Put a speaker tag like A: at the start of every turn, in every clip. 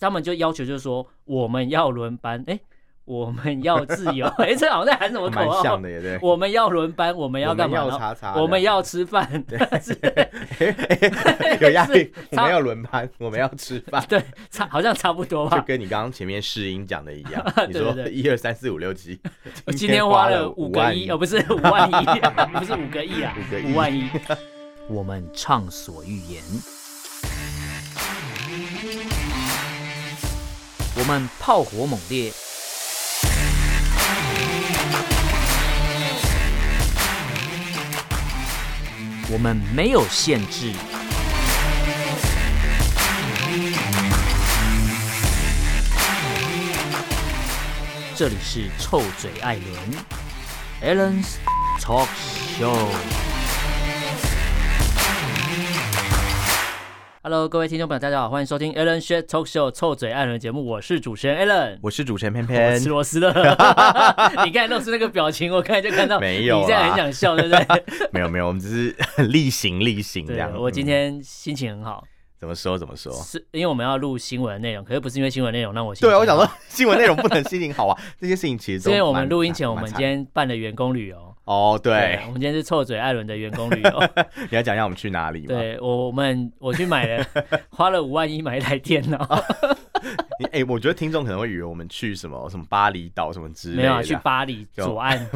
A: 他们就要求就是说我们要轮班，哎、我们要自由， 哎、这好像在喊什么
B: 蛮
A: 口号
B: 像？的耶，对。
A: 我们要轮班，我们要
B: 我
A: 干
B: 们
A: 嘛？
B: 要
A: 然后
B: 查查，
A: 我们要吃饭，
B: 有压力，我
A: 差，
B: 们要轮班，我们要吃饭
A: 对，差好像差不多
B: 就
A: 吧。，
B: 跟你刚刚前面试音讲的一样 你
A: 对
B: 说
A: 对对
B: 一二三四五六七，
A: 我今
B: 天
A: 天花
B: 花
A: 了
B: 了
A: 五
B: 五
A: 个
B: 万
A: 亿，
B: 一
A: 哦，不是五万 一，不是五个亿啊，
B: 五个亿
A: 五万一。 我们畅所欲言，我们炮火猛烈，我们没有限制。这里是臭嘴艾伦 a l l e n s Talk Show。Hello，各位听众朋友，大家好，欢迎收听 a l l e n s h a t Talk Show 臭嘴艾伦节目，我是主持人 a l l e n
B: 我是主持人偏
A: 我
B: 偏
A: 吃，螺丝 了， 你刚才露出那个表情，我刚才就看到，
B: 没有啊
A: 你现在
B: 啦
A: 很想笑，对不 对？
B: 没有没有，我们只是例行例行这
A: 对
B: 样。，
A: 我今
B: 嗯
A: 天心情很好，
B: 怎么说怎么说？
A: 是因为我们要录新闻内容，可是不是因为新闻内容让我心情
B: 对，我想
A: 好
B: 说新闻内容不能心情好啊，这些事情其实
A: 是
B: 都
A: 因为我
B: 蛮
A: 们录音前，
B: 蛮
A: 我们今
B: 蛮
A: 天办了员工旅游。
B: 哦，对
A: 我，们今天是臭嘴艾伦的员工旅游。
B: 你要讲一下我们去哪里吗？
A: 对我，我们我去买 了，花了五万一买一台电
B: 啊
A: 脑，
B: 你哎，我觉得听众可能会以为我们去什么什么巴厘岛什么之类
A: 没有啊，去
B: 的，
A: 巴黎
B: 就
A: 左岸，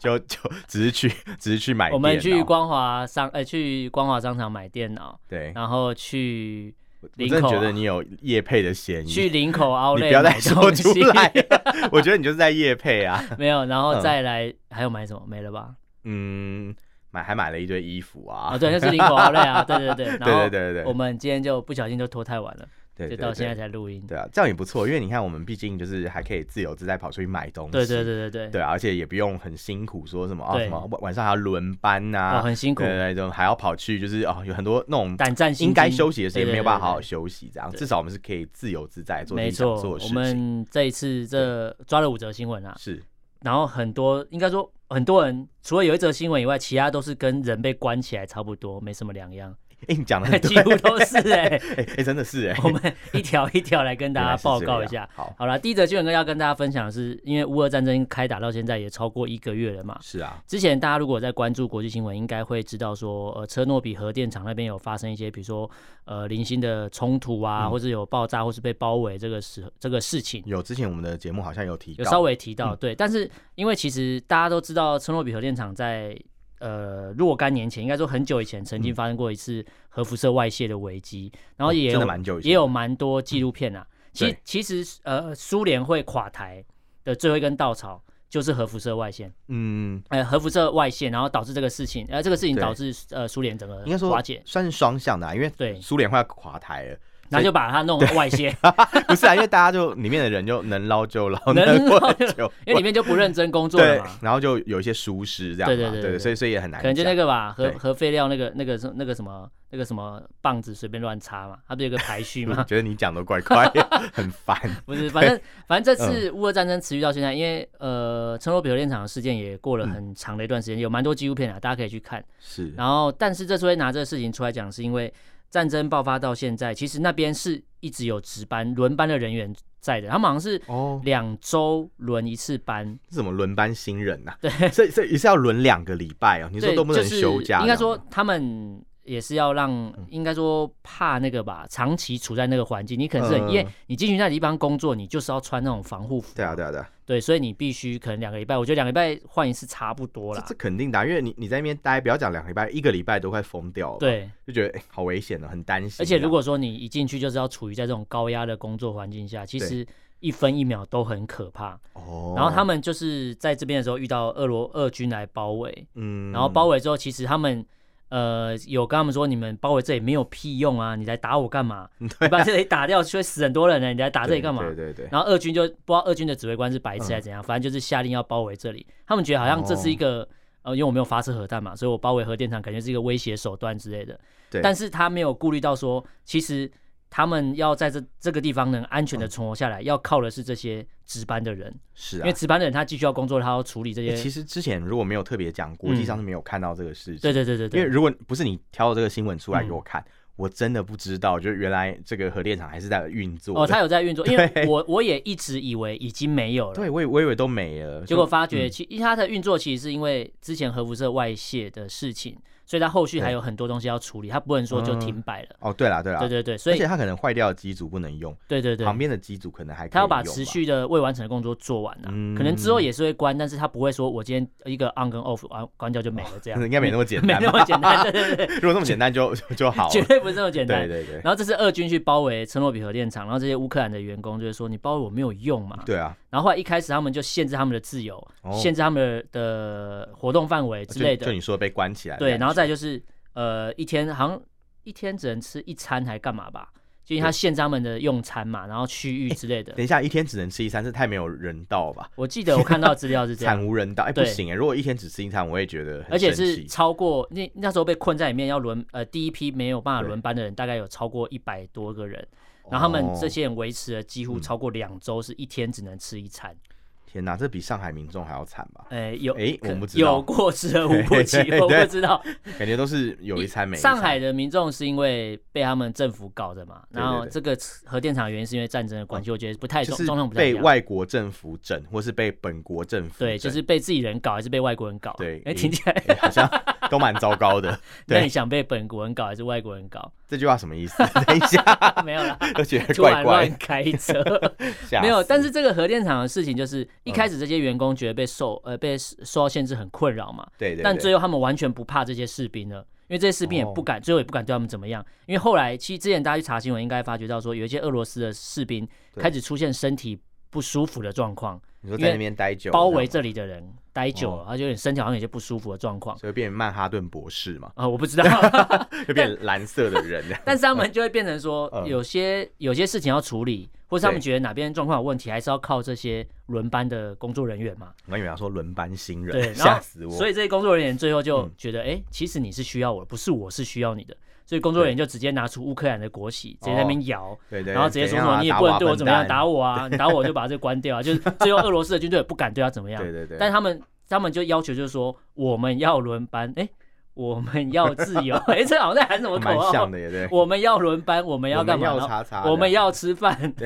B: 就就只是去只是去买电脑，哦
A: 我们去光华商，呃，去光华商场买电脑，
B: 对，
A: 然后去
B: 哎我
A: 林
B: 真的
A: 口啊
B: 觉得你有夜配的嫌疑，
A: 去林口
B: 你
A: Outlet
B: 不要再
A: 买
B: 说
A: 东
B: 出
A: 西
B: 来， 了，我觉得你就是在夜配啊。
A: 没有，然后
B: 嗯
A: 再来还有买什么没了吧？
B: 嗯，买还买了一堆衣服啊，
A: 啊，对，那是林口 Outlet 啊，对对对，然
B: 对
A: 后
B: 对对对
A: 我
B: 对
A: 们今天就不小心就拖太晚了，
B: 对，
A: 就
B: 对
A: 到现在。
B: 对
A: 才录音。
B: 对啊，这样也不错，因为你看我们毕竟就是还可以自由自在跑出去买东西，
A: 对对对对对，
B: 对啊，而且也不用很辛苦，说什么啊
A: 对
B: 什么晚晚上还要轮班
A: 哦，
B: 呐、
A: 很辛苦
B: 对，啊对对，还要跑去就是哦，有很多那种
A: 胆战心惊，
B: 应该休息的时
A: 对
B: 间
A: 对
B: 没有
A: 对
B: 办法
A: 对
B: 好好
A: 对
B: 休息，这样
A: 对
B: 至少我们是可以自由自在做自
A: 没
B: 己想
A: 错
B: 做，的事
A: 我
B: 情。
A: 们这一次这抓了五则新闻啊，
B: 是
A: 然后很多应该说很多人除了有一则新闻以外，其他都是跟人被关起来差不多，没什么两 样，
B: 哎、你讲的很对，
A: 几乎都是哎、
B: 哎、哎真的是哎、
A: 我们一条一条来跟大
B: 原来
A: 家
B: 是
A: 报
B: 这
A: 告一
B: 样
A: 下。
B: 好，
A: 好了，第一则新闻要跟大家分享的是，因为乌俄战争开打到现在也超过一个月了嘛。
B: 是啊，
A: 之前大家如果在关注国际新闻，应该会知道说，呃，车诺比核电厂那边有发生一些，比如说呃零星的冲突啊，
B: 嗯
A: 或者有爆炸，或是被包围这个事这个事情。
B: 有之前我们的节目好像有提嗯到，
A: 有稍微提到，对，但是因为其实大家都知道，车诺比核电厂在呃若干年前，应该说很久以前，曾经发生过一次核辐射外泄的危机，然后
B: 嗯哦
A: 也
B: 真
A: 有、
B: 的蛮久以前嗯
A: 也有蛮多纪录片啊。其
B: 对
A: 其实呃，苏联会垮台的最后一根稻草就是核辐射外线，
B: 嗯，
A: 呃，核辐射外泄，然后导致这个事情，呃，这个事情
B: 对
A: 导致呃苏联整个
B: 应该说
A: 瓦解，
B: 算是双向的、啊，因为
A: 对
B: 苏联快要垮台了，
A: 然后就把它弄外泄，
B: 不是啊，因为大家就里面的人就能捞就捞，
A: 能
B: 过
A: 捞就
B: 就
A: 因为里面就不认真工作
B: 对
A: 了嘛，，
B: 然后就有一些疏失这样
A: 对
B: 嘛，
A: 对对对对
B: 所以所以也很难
A: 可能
B: 讲，
A: 就那个吧，核
B: 对
A: 核废料那个那个是那个什么那个什么棒子随便乱插嘛，它不是有个排序
B: 我
A: 吗？
B: 嗯觉得你讲的怪怪，很 烦，
A: 不是，反 正反
B: 嗯
A: 正这次乌俄战争持续到现在，因为呃，车诺比核电厂的事件也过
B: 嗯
A: 了很长的一段时间，有蛮多纪录片啊，大家可以去看。
B: 是
A: 然后，但是这次会拿这个事情出来讲，是因为战争爆发到现在，其实那边是一直有值班轮班的人员在的，他们好像是
B: 哦，
A: 两周轮一次班，
B: 这怎么轮班新人呐、对，所以所以也是要轮两个礼拜哦，你说
A: 对，
B: 都不能
A: 就是
B: 休假这样吗，嗯
A: 应该说他们也是要让，应该说怕那个吧，长期处在那个环境，你可能是很，
B: 嗯
A: 因为你进去那地方工作，你就是要穿那种防护服，
B: 对啊对啊对啊，
A: 对，所以你必须可能两个礼拜，我觉得两个礼拜换一次差不多
B: 这
A: 啦
B: 这。肯定的啊、因为你你在那边待，不要讲两个礼拜，一个礼拜都快疯掉了，，
A: 对，
B: 就觉得、哎好危险哦，很担心
A: 而
B: 这样，
A: 且如果说你一进去就是要处于在这种高压的工作环境下，其
B: 对
A: 实一分一秒都很可怕。
B: 哦，
A: 然后他们就是在这边的时候遇到俄罗俄军来包围，
B: 嗯
A: 然后包围之后，其实他们呃有跟他们说，你们包围这里没有屁用啊，你来打我干嘛？你把这里打掉，就会死很多人呢，你来打这里干嘛？
B: 嗯啊对嗯对对对，
A: 然后俄军就不知道俄军的指挥官是白痴还是怎样，反正就是下令要包围这里。他们觉得好像这是一
B: 哦
A: 个、呃，因为我没有发射核弹嘛，所以我包围核电厂感觉是一个威胁手段之类的。
B: 对
A: 但是他没有顾虑到说，其实他们要在这这个地方能安全的存活下来，要靠的是这些值班的人，
B: 嗯是
A: 因
B: 啊，
A: 为值班的人他继续要工作，他要处理这些。
B: 欸其实之前如果没有特别讲，国际
A: 嗯
B: 上是没有看到这个事情。
A: 对对对对对，嗯
B: 因为如果不是你挑这个新闻出来给我看，我真的不知道，就原来这个核电厂还是在运作的。
A: 哦，它有在运作，因为
B: 对
A: 我我也一直以为已经没有了，
B: 对我以我以为都没了，
A: 结果
B: 就嗯
A: 发觉其因为它的运作其实是因为之前核辐射外泄的事情，所以它后续还有很多东西要处理，它不能说就停摆了。
B: 哦，对啦对啦，
A: 对对对，所
B: 而
A: 以
B: 且它可能坏掉的机组不能用，
A: 对对对，
B: 旁边的机组可能还可以
A: 他要把
B: 用
A: 持
B: 吧
A: 续的未完成的工作做完啊，
B: 嗯
A: 可能之后也是会关，但是他不会说我今天一个 on 跟 off 完关掉就没了这样，
B: 应该没那么简
A: 啊 没
B: 单
A: 那
B: 吧，
A: 么简单，对对对，
B: 如果那么简单就就就 好
A: 绝
B: 了。
A: 对不是这么简
B: 对
A: 单。
B: 对对
A: 然后这次俄军去包围车诺比核电厂，然后这些乌克兰的员工就是说你包围我没有用嘛，
B: 对啊，
A: 然后后来一开始他们就限制他们的自由，
B: 哦
A: 限制他们的活动范围之
B: 就
A: 类
B: 就
A: 的，
B: 你说被关起来的感觉，
A: 对，然后再就是呃一天好像一天只能吃一餐还干嘛吧，就因为他限制他们的用餐嘛，然后区域之类的。
B: 等一下一天只能吃一餐，这太没有人道吧？
A: 我记得我看到资料是这样，
B: 惨无人道，哎、不
A: 对
B: 行哎、如果一天只吃一餐，我会觉得很
A: 而且
B: 生
A: 是
B: 气
A: 超过那那时候被困在里面要轮呃第一批没有办法
B: 对
A: 轮班的人，大概有超过一百多个人，然后他们
B: 哦
A: 这些人维持了几乎超过两周，是一天只能吃一餐，
B: 天哪，这比上海民众还要惨吧？
A: 哎、有
B: 哎我
A: 可
B: 们不知道
A: 有过之而无不 及，我不知道。
B: 感觉都是有一餐没一餐
A: 上海的民众是因为被他们政府搞的嘛，
B: 对对哦
A: 然后这个核电厂的原因是因为战争的关系，我觉得不太
B: 就
A: 中
B: 是
A: 状况不太一
B: 被
A: 样。
B: 外国政府整，或是被本国政府
A: 对，
B: 整
A: 就是被自己人搞还是被外国人搞？
B: 对
A: 哎，
B: 一
A: 听起来，
B: 哎好像都蛮糟糕 的。
A: 那
B: 对
A: 你想被本国人搞还是外国人 搞？
B: 这句话什么意思？等一下，
A: 没有 啦，
B: 我觉得
A: 突
B: 怪
A: 然
B: 怪
A: 乱，开车。
B: 吓
A: 没有，
B: 死嗯
A: 但是这个核电厂的事情，就是一开始这些员工觉得被受、呃被受到限制很困扰嘛，
B: 对对对，
A: 但最后他们完全不怕这些士兵了，因为这些士兵也
B: 哦
A: 不敢，最后也不敢对他们怎么样。因为后来其实之前大家去查新闻，应该发觉到说有一些俄罗斯的士兵
B: 对
A: 开始出现身体不舒服的状况，
B: 你说
A: 因
B: 在
A: 为
B: 那边待久，
A: 包围
B: 这
A: 这
B: 样
A: 里的人待久了，他就有点身体好像有些不舒服的状况
B: 吗，所以变成曼哈顿博士嘛，
A: 啊、我不知道，
B: 就变成蓝色的人这 样。
A: 但是他们就会变成说
B: 嗯
A: 有些有些事情要处理，或是他们
B: 对
A: 觉得哪边状况有问题，还是要靠这些轮班的工作人员嘛。
B: 我以为要说轮班新
A: 对，
B: 人，
A: 然
B: 吓
A: 后
B: 死我！嗯
A: 所以这些工作人员最后就觉得，哎、其实你是需要我的，不是我是需要你的。所以工作人员就直接拿出乌克兰的国旗，直接在那边摇，
B: 对哦对，
A: 然后直接说
B: 怎样
A: 说
B: 啊
A: 你也
B: 打
A: 不
B: 我
A: 能
B: 啊
A: 对我
B: 笨
A: 怎么样，
B: 蛋
A: 打我啊，你打我就把这个关掉啊。就是最后俄罗斯的军队也不敢对他怎么样
B: 对，对对，
A: 但是他们他们就要求就是说我们要轮班，哎、我们要自由， 哎、这好像在喊什么口
B: 蛮
A: 号
B: 像？的耶，对。
A: 我们要轮班，我们要
B: 我
A: 干
B: 们
A: 嘛？
B: 要
A: 然后
B: 查查，
A: 我 们
B: 要
A: 要吃饭，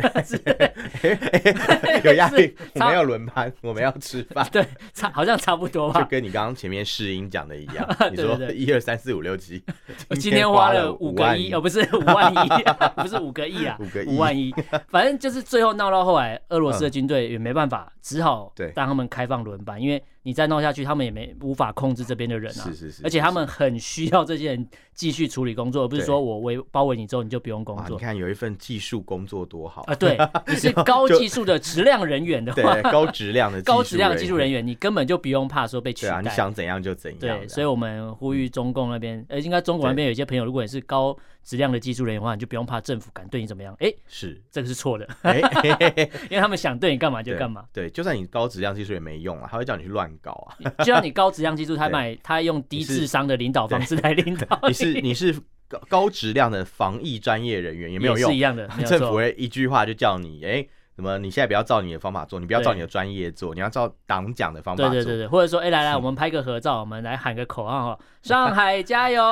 B: 哎有压力，我
A: 差
B: 们要轮班，我们要吃饭
A: ，对，差好像差不多吧，
B: 就。跟你刚刚前面试音讲的一样 你
A: 对
B: 说
A: 对对
B: 一二三四五六七，
A: 我今
B: 天
A: 天花了
B: 了
A: 五个
B: 万
A: 亿，呃，不是五万亿， 不是五个亿啊，
B: 五个亿嗯
A: 五万亿。反正就是最后闹到后来，俄罗斯的军队也没办法，只好
B: 对
A: 让他们开放轮班，因为你再闹下去，他们也没无法控制这边的人啊
B: 是。是是，
A: 而且他们很需要这些人继续处理工作，而不是
B: 对
A: 说我围包围你之后你就不用工
B: 哇，你
A: 作
B: 看有一份技术工作多好
A: 啊。， 对，你是高
B: 就
A: 技术的质量人员的
B: 对
A: 话，，
B: 高质量的
A: 高质量的技术人
B: 员，
A: 员，你根本就不用怕说被取
B: 对啊，
A: 代
B: 你。想怎样就怎样，啊
A: 对，所
B: 以
A: 以我们呼吁中共那边，呃，应该中国那边有一些朋友，如果你是高质量的技术人员的话，你就不用怕政府敢对你怎么样。诶，
B: 是，
A: 这个是错的，
B: 哎，嘿嘿嘿
A: 因为他们想对你干嘛就
B: 对
A: 干嘛。
B: 对，就算你高质量技术也没用啊，他会叫你去乱搞啊，
A: 就像你高质量技术，他
B: 对
A: 买他用低
B: 你是
A: 智商的领导方式来领导
B: 你是你是高高质量的防疫专业人员也没有
A: 也
B: 用
A: 是一，样的，没有
B: 政府
A: 错。
B: 会一句话就叫你，哎、什么？你现在不要照你的方法做，你不要照你的专业做，你要照党讲的方法
A: 对
B: 做。
A: 对对对，或者说，哎，来来，我们拍个合照，我们来喊个口 号哦，上海加油，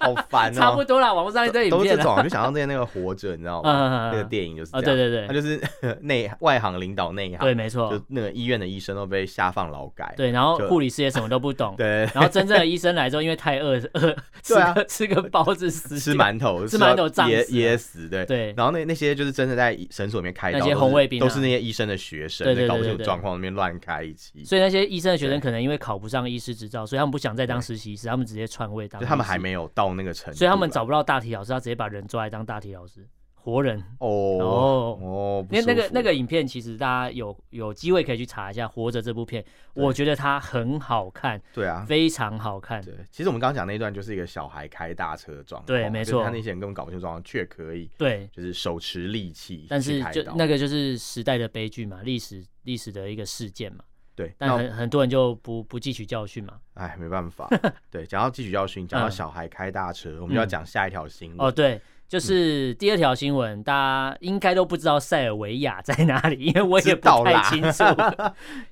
B: 好 烦
A: 差
B: 哦、
A: 不多啦，网络上一堆影
B: 都是
A: 片啊
B: 这
A: 了。
B: 种，我就想到之前那个活着，你知道
A: 嗯
B: 吗？
A: 嗯嗯
B: 那个
A: 嗯嗯
B: 电影就是这
A: 啊，
B: 样，
A: 对对对
B: 他就是 内外行领导内行，
A: 对，没错
B: 就，那个医院的医生都被下放劳改。
A: 对，然后
B: 就
A: 护理师也什么都不懂，
B: 对，
A: 然后真正的医生来之后，因为太饿，饿吃
B: 对啊
A: 个吃个包子死
B: 吃
A: 掉
B: 馒头，
A: 吃馒头胀
B: 噎
A: 死了
B: 噎死，对。
A: 对
B: 然后那那些就是真的在诊所里面开刀，
A: 那些
B: 都是
A: 红卫兵啊
B: 都是那些医生的学生，
A: 对对对
B: 在搞不
A: 对
B: 清楚
A: 对
B: 状况，那边乱开一气，
A: 所以那些医生的学生
B: 对
A: 可能因为考不上医师执照，所以他们不想再当实习医师，他们直接篡位当。
B: 就他们还，没有到那个程度啊，
A: 所以他们找不到大体老师，他直接把人抓来当大体老师，活人。
B: 哦
A: 哦
B: 哦，不
A: 因为那
B: 舒
A: 个
B: 服
A: 那个影片，其实大家有有机会可以去查一下《活着》这部片，
B: 对
A: 我觉得它很好看，
B: 对啊，
A: 非常好看。
B: 对，其实我们刚刚讲那一段就是一个小孩开大车的状况，
A: 对没
B: 就是
A: 错
B: 他那些人根本搞不清楚状况，却可以
A: 对，
B: 就是手持利器去开刀，
A: 但是就那个就是时代的悲剧嘛，历史历史的一个事件嘛，
B: 对，
A: 但
B: 那
A: 很很多人就不不汲取教训嘛。
B: 哎没办 法，对，讲到汲取教训，讲到
A: 嗯
B: 小孩开大车，我们就要
A: 嗯
B: 讲下一条新
A: 哦，
B: 闻。
A: 对，就是
B: 嗯
A: 第二条新闻，大家应该都不知道塞尔维亚在哪里， 因为我也
B: 知
A: 不
B: 道
A: 太
B: 啦
A: 清 楚，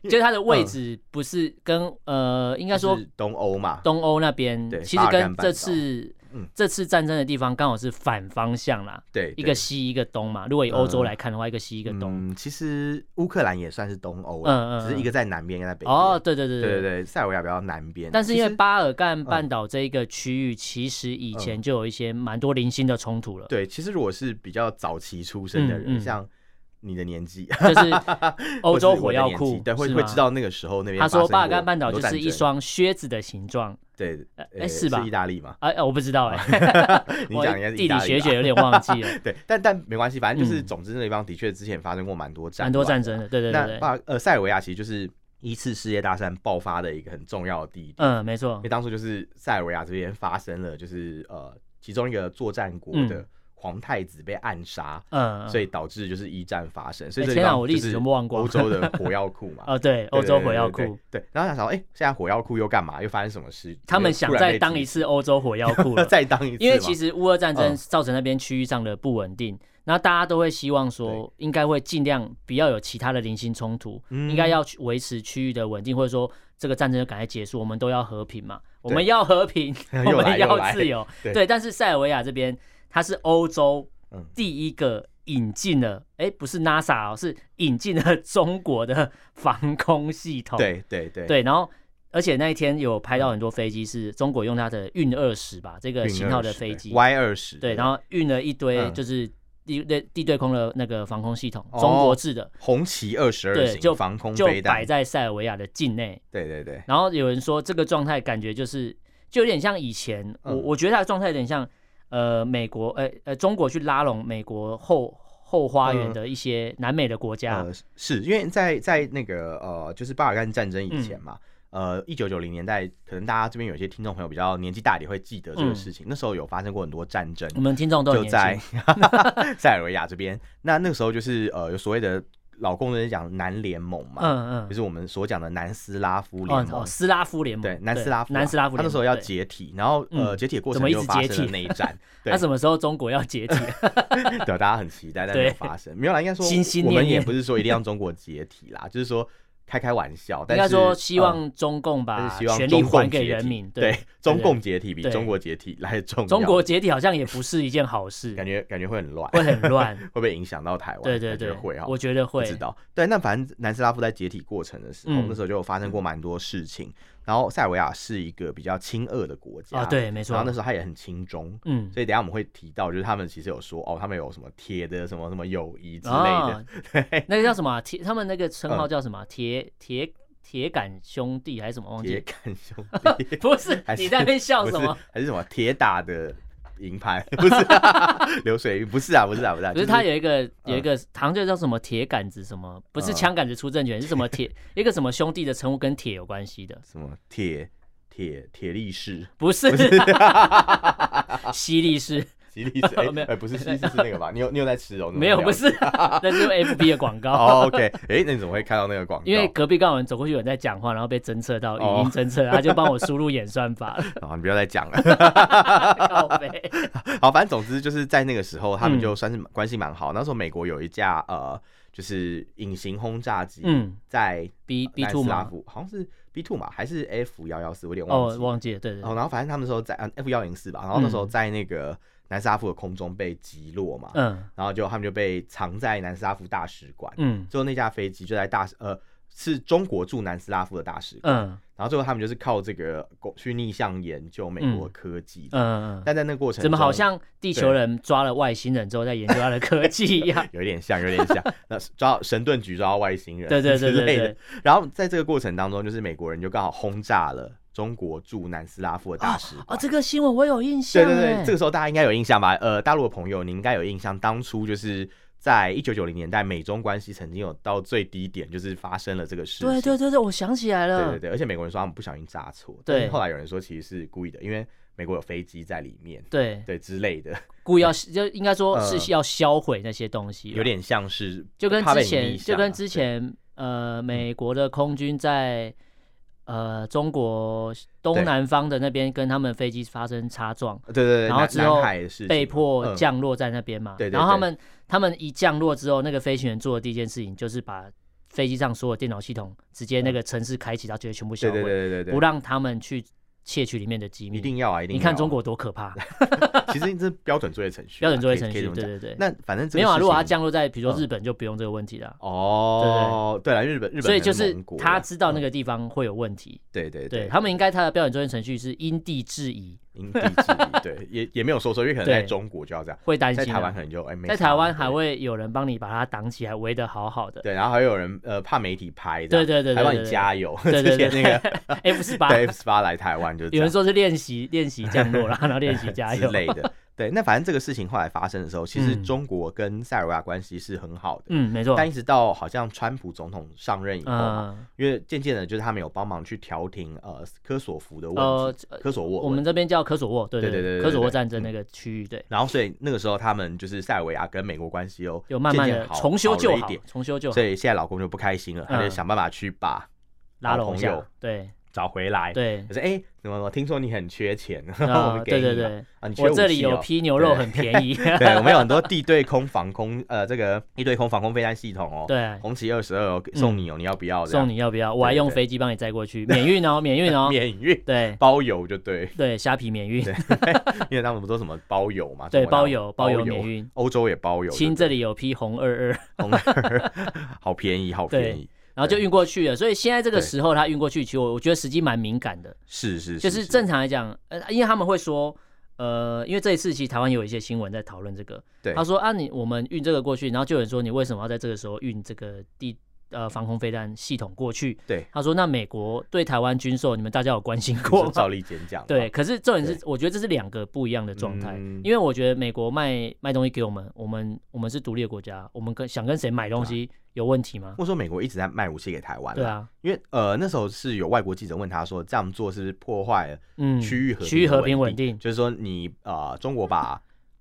A: 就是它的位置不是跟、呃，应该
B: 嗯就
A: 说
B: 是东欧嘛，
A: 东欧那边
B: 对，
A: 其实
B: 巴尔干
A: 跟
B: 半
A: 这次
B: 嗯
A: 这次战争的地方刚好是反方向啦，
B: 对，
A: 一
B: 对
A: 个西一个东嘛。如果以欧洲
B: 嗯
A: 来看的话，一个西一个东。
B: 嗯，其实乌克兰也算是东欧
A: 嗯嗯嗯
B: 了，只是一个在南边，一个在北边。
A: 哦，对对对
B: 对对对，塞尔维亚比较南边，
A: 但是因为
B: 其实嗯
A: 巴尔干半岛这一个区域，其实以前就有一些蛮多零星的冲突了，
B: 对，其实如果是比较早期出生的
A: 嗯
B: 人，
A: 嗯
B: 像你的年纪，
A: 就是欧洲
B: 或者是
A: 火
B: 我的
A: 药
B: 年
A: 库
B: 纪，对，会
A: 是
B: 会
A: 吗
B: 知。道那个时候那边
A: 他
B: 发生
A: 说
B: 过
A: 巴尔干半岛
B: 很
A: 就
B: 多战
A: 是一
B: 争
A: 双靴子的形状，
B: 对，
A: 哎
B: 呃
A: 是吧
B: 意大利嘛？
A: 哎、呃我不知道哎、
B: 你
A: 我
B: 讲应该是
A: 地
B: 意
A: 理
B: 大
A: 学
B: 吧
A: 姐有点忘记 了，
B: 对，但但没关系，反正就是，
A: 嗯
B: 总之那地方的确之前发生过蛮多战
A: 蛮多
B: 乱
A: 战争
B: 的啦。
A: 的，对对对
B: 那
A: 对，
B: 巴呃塞尔维亚其实就是一次世界大战爆发的一个很重要的地点，
A: 嗯，没错
B: 因为，当初就是塞尔维亚这边发生了，就是呃其中一个作战国的
A: 嗯
B: 皇太子被暗杀，
A: 嗯，
B: 所
A: 以
B: 以导致就是一战发生。所以
A: 哎
B: 这
A: 天
B: 地
A: 啊
B: 方
A: 我历
B: 就
A: 史
B: 是
A: 全部忘光
B: 欧 洲的火药库嘛。
A: 哦对，
B: 对
A: 欧洲火药。
B: 对对
A: 库，
B: 对对，对然后想想，哎，现在火药库又干嘛？又发生什么事？
A: 他们
B: 又
A: 想
B: 突然
A: 再
B: 被
A: 当
B: 提
A: 一
B: 起，
A: 次欧洲火药库了，
B: 再当一次嘛。
A: 因为其实乌俄战争
B: 嗯
A: 造成那边区域上的不稳定，然后大家都会希望说，应该会尽量不要有其他的零星冲突，
B: 嗯
A: 应该要去维持区域的稳定，或者说这个战争就赶快结束，我们都要和平嘛，我们要和平，我
B: 又来
A: 们
B: 又
A: 要
B: 来
A: 自由，
B: 对
A: 对。但是塞尔维亚这边，它是欧洲
B: 嗯
A: 第一个引进了，哎，不是 NASA 哦，是引进了 中国的防空系统，
B: 对对对
A: 对，然后而且那一天有拍到很多飞机是中国用它的运二十吧这个
B: 运
A: 型号的
B: 20
A: 飞
B: 对
A: 机，
B: Y 二十，
A: 对，然后运了一堆
B: 嗯
A: 就是地对地对空的那个防空系统，
B: 哦
A: 中国制的，
B: 红旗二十二
A: 对就
B: 型防空
A: 就摆
B: 飞弹，
A: 在塞尔维亚的境内。
B: 对对对，
A: 然后有人说这个状态感觉就是就有点像以前，我
B: 嗯
A: 我觉得它的状态有点像呃美国呃呃中国去拉拢美国后后花园
B: 嗯
A: 的一些南美的国家
B: 呃，，是因为在在那个呃，就是巴尔干战争以
A: 嗯
B: 前嘛。呃，一九九零年代，可能大家这边有些听众朋友比较年纪大一点，会记得这
A: 嗯
B: 个事情。那时候有发生过很多战争，
A: 我们听众都很
B: 就
A: 年
B: 在
A: 轻，
B: 塞尔维亚这边。那那个时候就是呃，有所谓的老共人讲南联盟嘛，
A: 嗯
B: 就是我们所讲的南斯拉夫
A: 哦
B: 联盟。
A: 哦，斯拉夫联盟，
B: 对，南斯拉夫啊，
A: 南斯拉夫联盟，
B: 他那时候要
A: 对
B: 解体，然后呃，
A: 嗯
B: 解体的过
A: 怎
B: 程
A: 么一
B: 就
A: 直
B: 发
A: 解
B: 生了
A: 体
B: 内 战。对
A: 那什么时候中国要解体？
B: 对，大家很期待，但没有
A: 对
B: 发生。没有啦，应该说
A: 心心
B: 我们
A: 念
B: 也
A: 念
B: 不是说一定让中国解体啦，就是说开开玩笑。
A: 应
B: 但
A: 该
B: 是
A: 说希
B: 嗯
A: 望中共把
B: 但是希望
A: 权力
B: 中
A: 还
B: 共
A: 给
B: 解
A: 人
B: 体
A: 民。
B: 对，中
A: 对
B: 共解体比
A: 对
B: 中国解体来得重要。
A: 中国解体好像也不是一件好事，
B: 感觉感觉会很乱，
A: 会
B: 会
A: 很 乱。
B: 不会影响到台湾？
A: 对对对，
B: 感觉会哈。
A: 我觉得
B: 不
A: 会
B: 知。道，对，那反正南斯拉夫在解体过程的时候，
A: 嗯
B: 那时候就有发生过蛮多事情。然后塞尔维亚是一个比较亲俄的国家，
A: 啊，，对，没
B: 然后
A: 错
B: 那。时候他也很亲中，
A: 嗯，
B: 所以等一下我们会提到，就是他们其实有说哦，他们有什么铁的什么什么友谊之类的， 嗯
A: 哦，那个叫什么啊铁？他们那个称号叫什么啊？铁铁铁杆兄弟还是什么？忘
B: 铁
A: 记。
B: 杆兄弟
A: 不是
B: 还，是
A: 你在那边 笑
B: 不
A: 什
B: 是
A: 么？
B: 还是什么铁打的银牌？ 不是、啊、流水鱼，不是啊，不是啊，不 是、啊，
A: 可是
B: 就
A: 他有一个有一个，好像就叫什么铁杆子什么，不是
B: 嗯
A: 枪杆子出政权，是什么铁 一个什么兄弟的称呼跟铁有关系的，
B: 什么铁铁铁 力士，
A: 不是
B: 不是，
A: 犀利是。
B: 吉力士，哎、
A: 没有
B: 哎不是西力士是那个吧？你有你有在吃哦？
A: 没有，
B: 怎么
A: 不
B: 样。
A: 是，那是 FB 的广告。
B: 哦、o k 哎、那你怎么会看到那个广告？
A: 因 为隔壁刚好有人走过去，有人在讲话，然后被侦测到
B: 哦
A: 语音侦测，他就帮我输入演算 法 了。
B: 啊、你不要再讲了。
A: 靠北
B: 好，反正总之就是在那个时候，他
A: 嗯
B: 们就算是关系蛮好。那时候美国有一架呃，就是隐形轰炸机，
A: 嗯
B: 在
A: ，B B
B: 南
A: two
B: 斯拉
A: 嘛，
B: 夫，好像是 B two 嘛，还是 F 幺幺四，我有点忘
A: 哦
B: 记，了。
A: 忘记了，对对
B: 然后，
A: 对，
B: 然后反正他们那时候在呃 F 幺零四吧，然后那时候在那个南斯拉夫的空中被击落嘛，
A: 嗯
B: 然后就他们就被藏在南斯拉夫大使馆，
A: 嗯
B: 最后那架飞机就在大使呃是中国驻南斯拉夫的大使馆，
A: 嗯
B: 然后最后他们就是靠这个攻去逆向研究美国的科技
A: 嗯，嗯，
B: 但在那个过程
A: 怎么好
B: 中
A: 像地球人抓了外星人之后，在研究他的科技一
B: ？
A: 样
B: 有一点像，有一 点像，那抓到神盾局抓到外星人，
A: 对对对
B: 之
A: 对
B: 类的
A: 对。，
B: 然后在这个过程当中，就是美国人就刚好轰炸了中国驻南斯拉夫的大使馆。
A: 哦，这个新闻我有印象
B: 对
A: 哎，
B: 对对，这个时候大家应该有印象吧？呃，大陆的朋友，你应该有印象，当初就是在一九九零年代，美中关系曾经有到最低点，就是发生了这个事情。
A: 对对对对，我想起来
B: 对
A: 了
B: 对，对而且美国人说他们不小心炸错，
A: 对
B: 但是后来有人说其实是故意的，因为美国有飞机在里面，
A: 对，
B: 对之类的，
A: 故意要就应该说
B: 呃
A: 是要销毁那些东西啦，
B: 有点像是
A: 就跟
B: 怕被
A: 之
B: 你
A: 前
B: 逆
A: 就
B: 向
A: 跟
B: 啊嗯
A: 之前呃，美国的空军在呃中国东
B: 对
A: 南方的那边跟他们飞机发生擦撞，
B: 对对对，
A: 然后
B: 南
A: 之后
B: 南海的事情
A: 被迫
B: 嗯
A: 降落在那边嘛。
B: 对对
A: 然后他
B: 对
A: 们他们一降落之后，那个飞行员做的第一件事情就是把飞机上所有电脑系统直接那个程式开启，然后直接全部销
B: 嗯对
A: 毁，
B: 对对对对对，
A: 不让他们去窃取里面的机密。
B: 一定要啊，一定
A: 你
B: 要。
A: 看中，国多可 怕，
B: 其实这是标准作业程序啊，
A: 标准作业程
B: 可以
A: 序，
B: 可以这
A: 对
B: 么讲
A: 对对。
B: 那反正这个
A: 没有啊，
B: 事
A: 如果
B: 情
A: 它降落在比如说
B: 嗯
A: 日本，就不用这个问题了。
B: 哦，对了，日本日本
A: 所以
B: 人
A: 就是
B: 盟国
A: 他
B: 啦
A: 知道那
B: 嗯
A: 个地方会有问题，
B: 对对
A: 对他们应该他的标准作业程序是因地制宜，
B: 因地制宜，对，也也没有说说，因为可能在
A: 对
B: 中国就要这样，
A: 会担
B: 在
A: 心啊。
B: 台湾可能就哎，没
A: 在
B: 差
A: 台湾
B: 对
A: 还会有人帮你把它挡起来，围得好好的。
B: 对，然后还有人呃怕媒体拍这
A: 对
B: 样，
A: 对对对，
B: 还帮
A: 对
B: 你加油，
A: 对
B: 之
A: 对
B: 前
A: 对，
B: 那个
A: F 十八，
B: 对 F 八来台湾就是这
A: 有人
B: 样
A: 说是练习练习降落 啦，然后练习加
B: 之
A: 油。
B: 类的，对，那反正这个事情后来发生的时候，其实
A: 嗯
B: 中国跟塞尔维亚关系是很好的，
A: 嗯，没错。
B: 但一直到好像川普总统上任以后嘛，
A: 嗯，
B: 因为渐渐的就是他们有帮忙去调停呃科索福的问
A: 呃
B: 题，，科索沃
A: 我
B: 问题
A: 们这边叫科索沃，对
B: 对对对
A: 对，
B: 对
A: 科索沃
B: 对
A: 战争
B: 嗯
A: 那个区域，对，
B: 然后所以那个时候他们就是塞尔维亚跟美国关系又
A: 有慢慢
B: 渐
A: 的
B: 渐好
A: 重修旧
B: 了一
A: 好
B: 点，，
A: 重修旧好
B: 所，以现在老公就不开心了，他就
A: 嗯
B: 想办法去把
A: 拉
B: 老
A: 拢一
B: 朋
A: 下
B: 友，
A: 对
B: 找回来。
A: 对
B: 可。是哎、怎么我听说你很缺钱？然后 我
A: 啊，
B: 们给
A: 对
B: 你
A: 对
B: 嘛
A: 对，
B: 啊，你缺
A: 我这
B: 武
A: 里
B: 器
A: 有
B: 哦
A: 批牛肉，很便 宜。
B: 对，我们有很多地对空防空呃这个地对空防空飞弹系统哦，，
A: 对，
B: 红旗二十二哦，送你哦，你要不要？
A: 送你要不要？我还
B: 对
A: 用
B: 对
A: 飞机帮你载过去，免 运哦，免运哦。
B: 免运
A: 对
B: 包邮就对，
A: 对，虾皮免运，
B: 对因为他们不都什么包邮嘛？
A: 对
B: 什么
A: 包
B: 的
A: 邮
B: 包
A: 包邮免运。
B: 欧洲也包邮，
A: 亲，
B: 对
A: 这里有批红二二，
B: 不对好便宜，好便
A: 对
B: 宜，
A: 然后就运过去了。所以现在这个
B: 对
A: 时候，它运过去，其实我我觉得时机蛮敏感的。
B: 是是，
A: 就是正常来讲，呃，因为他们会说，呃，因为这一次其实台湾有一些新闻在讨论这个，
B: 对
A: 他说啊，你我们运这个过去，然后就有人说你为什么要在这个时候运这个地呃防空飞弹系统过去？
B: 对，
A: 他说那美国对台湾军售，你们大家有关心过
B: 过
A: 吗？
B: 照例简讲嘛，
A: 对，可是重点是
B: 对，
A: 我觉得这是两个不一样的状态，
B: 嗯
A: 因为我觉得美国卖卖东西给我们，我们我们是独立的国家，我们跟想跟谁买东西有问题吗？
B: 或者说美国一直在卖武器给台湾，
A: 对，啊，
B: 因为呃那时候是有外国记者问他说，这样做是不是破坏了
A: 嗯，
B: 区域和
A: 区域和平
B: 平
A: 稳定，
B: 就是说你呃中国把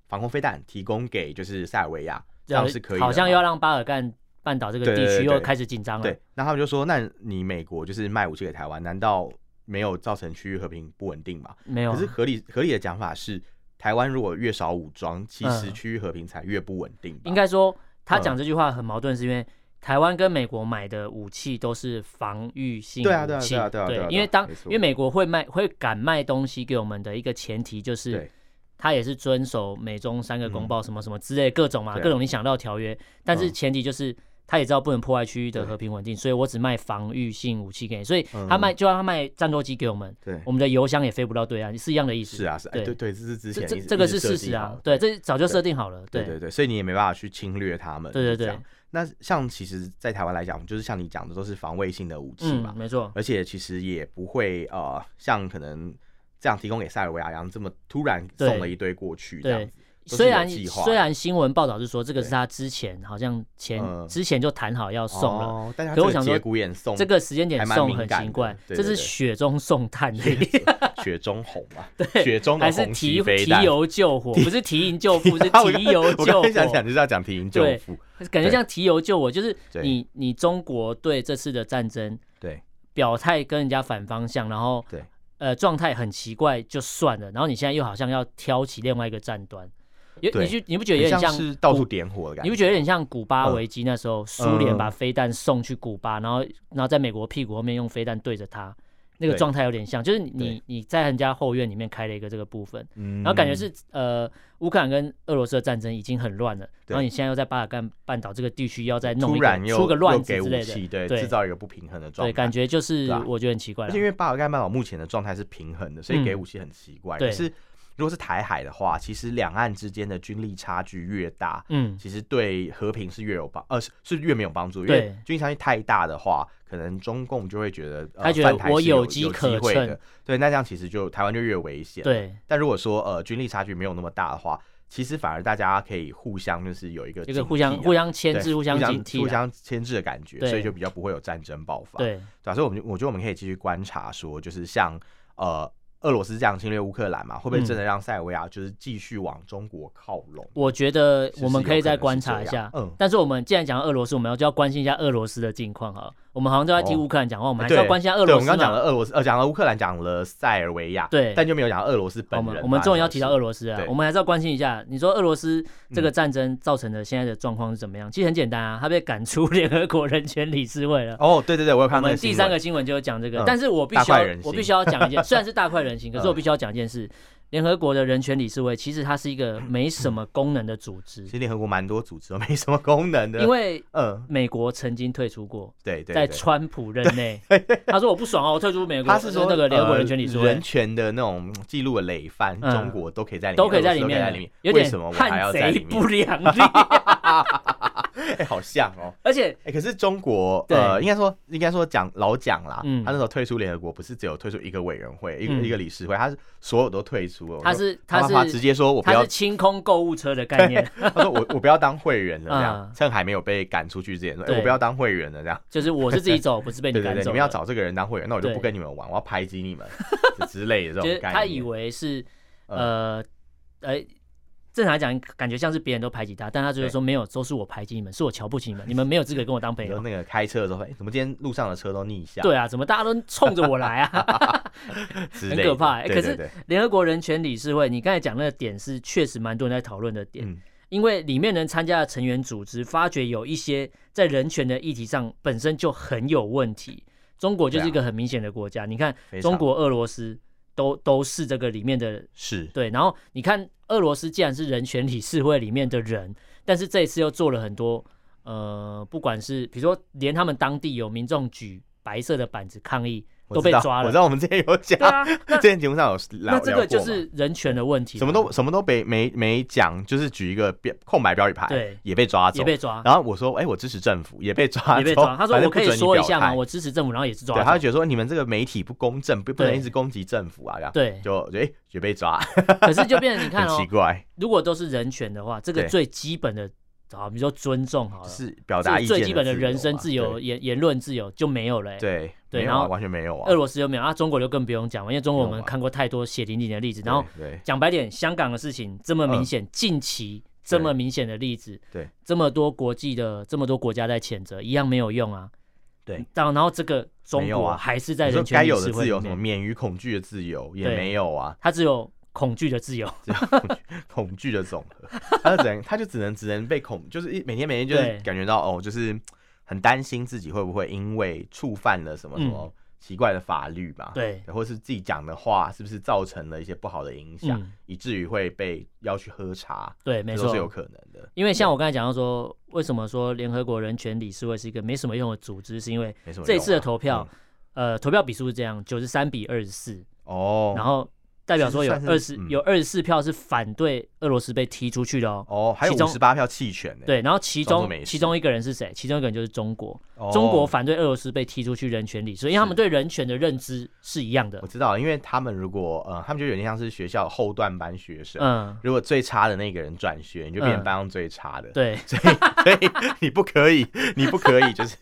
B: 防空飞弹提供给就是塞尔维亚，这样
A: 呃
B: 是可以的嘛，
A: 好像要让巴尔干半岛这个
B: 对对
A: 地区
B: 对
A: 又开始紧张了
B: 对，，那他们就说，那你美国就是卖武器给台湾，难道没有造成区域和平不稳定吗？
A: 没有
B: 可
A: 啊
B: 是合理合理的讲法是，台湾如果越少武装，其实
A: 嗯
B: 区域和平才越不稳定吧。
A: 应该说他
B: 嗯
A: 讲这句话很矛盾，是因为台湾跟美国买的武器都是防御性武器，
B: 对啊对啊对啊对啊对啊对啊
A: 因为当
B: 没错
A: 因为美国会卖会敢卖东西给我们的一个前提就是
B: 对。嗯
A: 他也是遵守美中三个公报什么什么之类各种嘛，
B: 对啊
A: 各种你想到的条约，但是
B: 嗯
A: 前提就是他也知道不能破坏区域的
B: 对
A: 和平稳定，所以我只卖防御性武器给你，所以他
B: 嗯
A: 卖就让他卖战斗机给我们，
B: 对，
A: 我们的油箱也飞不到对岸，是一样的意思。
B: 是啊是哎
A: 对
B: 对对，这是之
A: 这
B: 前
A: 这
B: 一直
A: 这个
B: 一
A: 是
B: 直
A: 事
B: 设定
A: 实
B: 好
A: 啊
B: 的，
A: 对，这早就
B: 对
A: 设定好了，
B: 对
A: 对
B: 对对，所以你也没办法去侵略他们。
A: 对对
B: 这
A: 对
B: 样，那像其实，在台湾来讲，就是像你讲的，都是防卫性的武器嘛
A: 嗯，，没错，
B: 而且其实也不会呃，像可能这样提供给塞尔维亚一样，这么突然
A: 对
B: 送了一堆过去这样
A: 对
B: 子。，都是
A: 虽
B: 有
A: 然
B: 计划
A: 虽
B: 的
A: 然新闻报道是说这个
B: 对
A: 是他之前好像前、
B: 嗯
A: 之前就谈好要送了，
B: 哦，但是
A: 可
B: 它
A: 我
B: 这
A: 想
B: 个
A: 说
B: 节骨眼送
A: 这个时间点
B: 还蛮
A: 送
B: 敏
A: 很
B: 感
A: 奇
B: 的
A: 怪，
B: 对
A: 这
B: 对
A: 是
B: 对
A: 雪中送炭的，
B: 雪中红 嘛，雪中的
A: 还是
B: 红旗
A: 提
B: 飞
A: 提
B: 弹。
A: 油救火，不是提营 救父，是
B: 啊我
A: 提
B: 刚
A: 油
B: 我
A: 救
B: 刚
A: 火
B: 才，想讲就是要讲提营救
A: 对
B: 父，
A: 感觉
B: 对
A: 像提油救火，就是
B: 对
A: 你你中国对这次的战争
B: 对
A: 表态跟人家反方向，然后
B: 对
A: 呃状态很奇怪就算了，然后你现在又好像要挑起另外一个战端，有
B: 对
A: 你就你不觉得有点
B: 很像
A: 像
B: 是到
A: 古
B: 处点火的感
A: 你不
B: 觉。
A: 觉得有点像古巴
B: 嗯
A: 危机那时候，苏联
B: 嗯
A: 把飞弹送去古巴，然后然后在美国屁股后面用飞弹对着他，那个
B: 对
A: 状态有点像，就是你你
B: 对
A: 你在人家后院里面开了一个这个部分，
B: 嗯
A: 然后感觉是呃乌克兰跟俄罗斯的战争已经很乱了，
B: 对
A: 然后你现在又在巴尔干半岛这个地区要再弄
B: 嗯突
A: 一个
B: 然又
A: 出个乱
B: 又
A: 子
B: 给
A: 之
B: 武
A: 类的，
B: 器，对，
A: 对
B: 制造一个不平衡的状
A: 对，
B: 态。
A: 感觉就是
B: 对啊
A: 我觉得很奇怪
B: 而
A: 啦
B: 且因，为巴尔干半岛目前的状态是平衡的，所以
A: 嗯
B: 给武器很奇怪。
A: 对
B: 可是如果是台海的话，其实两岸之间的军力差距越大，
A: 嗯，
B: 其实对和平是越有帮，呃，是是越没有帮助。因
A: 对
B: 为军力差距太大的话，可能中共就会觉得，呃、
A: 他觉得
B: 反台是
A: 我有
B: 有
A: 机
B: 有
A: 可
B: 会
A: 乘
B: 的，对，那这样其实就台湾就越危险。，
A: 对，
B: 但如果说呃军力差距没有那么大的话，其实反而大家可以互相就是有一个
A: 这
B: 警
A: 个互相
B: 惕啊
A: 互相牵制、
B: 对
A: 互相警
B: 互
A: 惕啦，
B: 相牵制的感觉，
A: 对
B: 所以就比较不会有战争爆发。
A: 对，
B: 对、啊，所以我们就我觉得我们可以继续观察说，就是像呃俄罗斯这样侵略乌克兰嘛，会不会
A: 嗯
B: 真的让塞尔维亚就是继续往中国靠拢？
A: 我觉得
B: 是不
A: 我们
B: 是
A: 可以
B: 有
A: 再
B: 能
A: 观
B: 是这
A: 察一
B: 样
A: 下，
B: 嗯，
A: 但是我们既然讲到俄罗斯，我们要就要关心一下俄罗斯的近况哈。我们好像都在替
B: 哦
A: 乌克兰讲话，我们还是
B: 对，
A: 要关心一下俄
B: 对
A: 罗
B: 我
A: 斯嘛。
B: 们刚讲了俄罗斯，呃，讲了乌克兰，讲了塞尔维亚，
A: 对
B: 但就没有讲俄罗斯
A: 我
B: 本
A: 们
B: 人。
A: 我们终于要提到俄罗斯了
B: 对，嗯
A: 我们还是要关心一下。你说俄罗斯这个战争造成的现在的状况是怎么样？其实很简单啊，他被赶出 联合国人权理事会了。
B: 哦，对对对，我有
A: 我
B: 看到那
A: 们
B: 个
A: 第
B: 新闻
A: 三个新闻就有讲这个
B: 嗯，
A: 但是我必
B: 大
A: 须要
B: 快人心
A: 我必须要讲一 件，虽然是大快人心，可是
B: 嗯
A: 我必须要讲一件事。联合国的人权理事会其实它是一个没什么功能的组织
B: 其，实联合国蛮多组织都没什么功能的，
A: 因为
B: 嗯，
A: 美国曾经退出过，
B: 对对
A: 在
B: 对。
A: 川普任内， 他说我不爽哦，我退出美国，
B: 他是说
A: 那个联合国人权理
B: 呃
A: 事会
B: 人，权的那种记录的累犯，
A: 嗯
B: 中国都可以在里面，
A: 都可以在
B: 俄
A: 里
B: 罗斯都可以在
A: 面
B: 里
A: 了
B: 面，，
A: 有
B: 为
A: 点
B: 什么我还
A: 汉
B: 要在
A: 贼
B: 里面
A: 不？良 力，
B: 哎， 好像哦。
A: 而且
B: 哎，可是中国，
A: 对
B: 呃，应该说，应该说讲老讲啦，
A: 嗯
B: 他那时候退出联合国，不是只有退出一个委员会，一个
A: 嗯
B: 一个理事会，他是所有都退出了。
A: 他是
B: 我说他
A: 他
B: 直
A: 是
B: 接说我不
A: 他
B: 要
A: 是，清空购物车的概 念，
B: 他说我我不要当会员了，这样
A: 嗯
B: 趁还没有被赶出去之前，说哎
A: 对
B: 我不要当会员了，这样。
A: 就是我是自己走，不是被
B: 对
A: 你
B: 对
A: 赶
B: 对，你
A: 走。
B: 们要，找这个人当会员，那我就不
A: 对
B: 跟你们玩，我要排挤你们之类的这
A: 就是
B: 种概念。嗯
A: 他以为是呃呃。正常来讲，感觉像是别人都排挤他，但他就是说没有，都是我排挤你们，是我瞧不起你们，你们没有资格跟我当朋
B: 你说
A: 友。
B: 那个开车的时候，哎、怎么今天路上的车都逆
A: 哦
B: 向？
A: 对啊，怎么大家都冲着我来啊？
B: 之
A: 很
B: 类的，
A: 可怕欸
B: 对
A: 可
B: 对
A: 是
B: 对
A: 联合国人权理事会，你刚才讲那个点是确实蛮多人在讨论的点，
B: 嗯
A: 因为里面能参加的成员组织发觉有一些在人权的议题上本身就很有问题。中国就是一个很明显的国家，你看
B: 啊非常
A: 中国、俄罗斯都都是这个里面的
B: 是
A: 对，然后你看俄罗斯既然是人权理事会里面的人，但是这一次又做了很多呃，不管是比如说连他们当地有民众举白色的板子抗议
B: 我
A: 都被
B: 知道
A: 抓
B: 我
A: 了
B: 知，道我们之前有讲，
A: 对啊，那
B: 之前节目上有聊
A: 那这个
B: 聊过
A: 就
B: 嘛
A: 是人权的问题嘛，
B: 什么都什么都没没没讲，就是举一个标空白标语牌，
A: 对
B: 也被抓
A: 也
B: 走。
A: 被抓，
B: 然后我说，哎、我支持政府，也被抓
A: 也被
B: 走
A: 抓。他说
B: 反正
A: 我
B: 不
A: 可以
B: 准你
A: 说一
B: 表
A: 下吗？
B: 态
A: 我支持政府，然后也是抓
B: 对，他就
A: 走，
B: 觉得说你们这个媒体不公正，不不能
A: 对
B: 一直攻击政府啊，这样。，
A: 对
B: 就就哎、也被抓，
A: 可是就变成你看
B: 很
A: 哦
B: 奇，怪，
A: 如果都是人权的话，这个
B: 对
A: 最基本的啊，比如说尊重好
B: 就
A: 了，
B: 是表达
A: 最
B: 意见
A: 最基本的人身
B: 嘛
A: 自由、言言论自由就没有了欸、
B: 对
A: 对
B: 对没有
A: 然
B: 啊，
A: 后
B: 完全没有啊。
A: 俄罗斯就没有啊，中国就更不用讲了，因为中国我
B: 没
A: 们
B: 有啊
A: 看过太多血淋淋的例子。然后
B: 对对
A: 讲白点，香港的事情这么明显，近期这么明显的例子，
B: 对，
A: 这么多国际的这么多国家在谴责，一样没有用啊。
B: 对，
A: 然后然后这个中
B: 没有
A: 国
B: 啊
A: 还是在
B: 你说
A: 人
B: 该
A: 权理
B: 有
A: 事
B: 的自
A: 会里
B: 由，什么
A: 面，
B: 免于恐惧的自由也
A: 对
B: 没有啊，
A: 他只有恐惧的自由。
B: 这样恐惧恐惧的总和， 他就只能他就只能只能被恐，就是一每天每天就是
A: 对
B: 感觉到哦，就是很担心自己会不会因为触犯了什么什么奇怪的法律吧，
A: 嗯对
B: 或是自己讲的话是不是造成了一些不好的 影响，
A: 嗯
B: 以至于会被要去喝茶，
A: 对，没
B: 这都
A: 错
B: 是，有可能的，
A: 因为像我刚才讲到说，为什么说联合国人权理事会是一个没什么用的组织，是因为
B: 没什么用啊、
A: 这次的投票
B: 嗯，
A: 呃，投票比数是这样，九十三比二十四，
B: 哦，
A: 然后代表说有
B: 其实
A: 二
B: 算
A: 十
B: 是嗯
A: 有二十四票是反对俄罗斯被踢出去的哦。
B: 哦，还有
A: 其中
B: 五十八票弃权呢，
A: 对，然后其
B: 装作
A: 中
B: 没事
A: 其中一个人是谁？其中一个人就是中国，
B: 哦，
A: 中国反对俄罗斯被踢出去人权理事，因为他们对人权的认知是一样的
B: 我。知道，因为他们如果呃，他们就有点像是学校后段班学生。
A: 嗯，
B: 如果最差的那个人转学，你就变成
A: 嗯
B: 班上最差的。
A: 对，
B: 所以所以你不可以， 你不可以，就是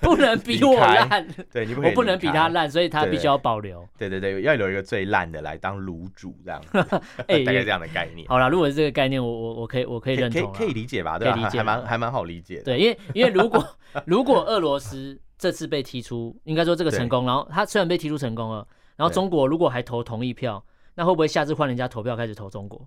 A: 不能比我
B: 离开
A: 烂，
B: 对你不可以，
A: 我不能比他。烂，所以他
B: 对
A: 必须要保留。
B: 对对对，要留一个最烂的来当卤煮这样 子，
A: 哎
B: 大概这样的概念，
A: 好啦，如果是这个概念，我我我可以我可以
B: 可以
A: 认
B: 可以
A: 同啦
B: 可以理解吧？对吧？
A: 可以理解
B: 还蛮
A: 吧
B: 还蛮好理解的。
A: 对，因为因为如果如果俄罗斯这次被踢出，应该说这个成功，然后他虽然被踢出成功了，然后
B: 对
A: 中国如果还投同意票，那会不会下次换人家投票开始投中国？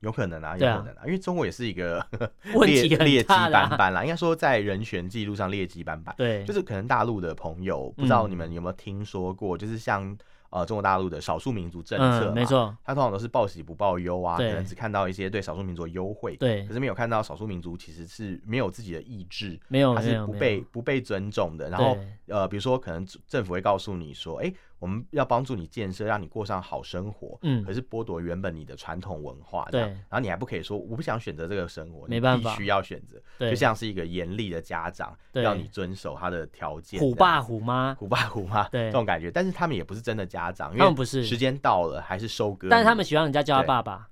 B: 有可能啊，有
A: 对啊
B: 可能啊，因为中国也是一个
A: 问
B: 劣
A: 题
B: 劣
A: 很
B: 迹
A: 大
B: 斑
A: 啦。
B: 斑啦，应该说在人权记录上劣迹斑斑。
A: 对嗯
B: 就，是可能大陆的朋友，不知道你们有没有听说过，就是像呃中国大陆的少数民族政策、
A: 嗯，没。错，
B: 他通常都是报喜不报忧啊，可
A: 对
B: 能只看到一些对少数民族的优惠，
A: 对
B: 可是没有看到少数民族其实是没有自己的意志，
A: 没有
B: 他
A: 没
B: 是
A: 有
B: 不
A: 没
B: 被
A: 有，
B: 不被尊重的。然后
A: 对
B: 呃，比如说可能政政府会告诉你说，哎、我们要帮助你建设，让你过上好生活，
A: 嗯
B: 可，是剥夺原本你的传统文化，
A: 对
B: 这样然后你还不可以说我不想选择这个生活，
A: 没
B: 你
A: 办法
B: 必须要选择，
A: 对，
B: 就像是一个严厉的家长，
A: 对
B: 要你遵守他的条件，
A: 虎
B: 这样
A: 爸虎妈，
B: 虎爸虎妈，
A: 对
B: 这种感觉。但是他们也不是真的家长，因
A: 他
B: 为
A: 们不是
B: 时间到了还是收割你，
A: 但是他们喜欢人家叫他
B: 对
A: 爸爸，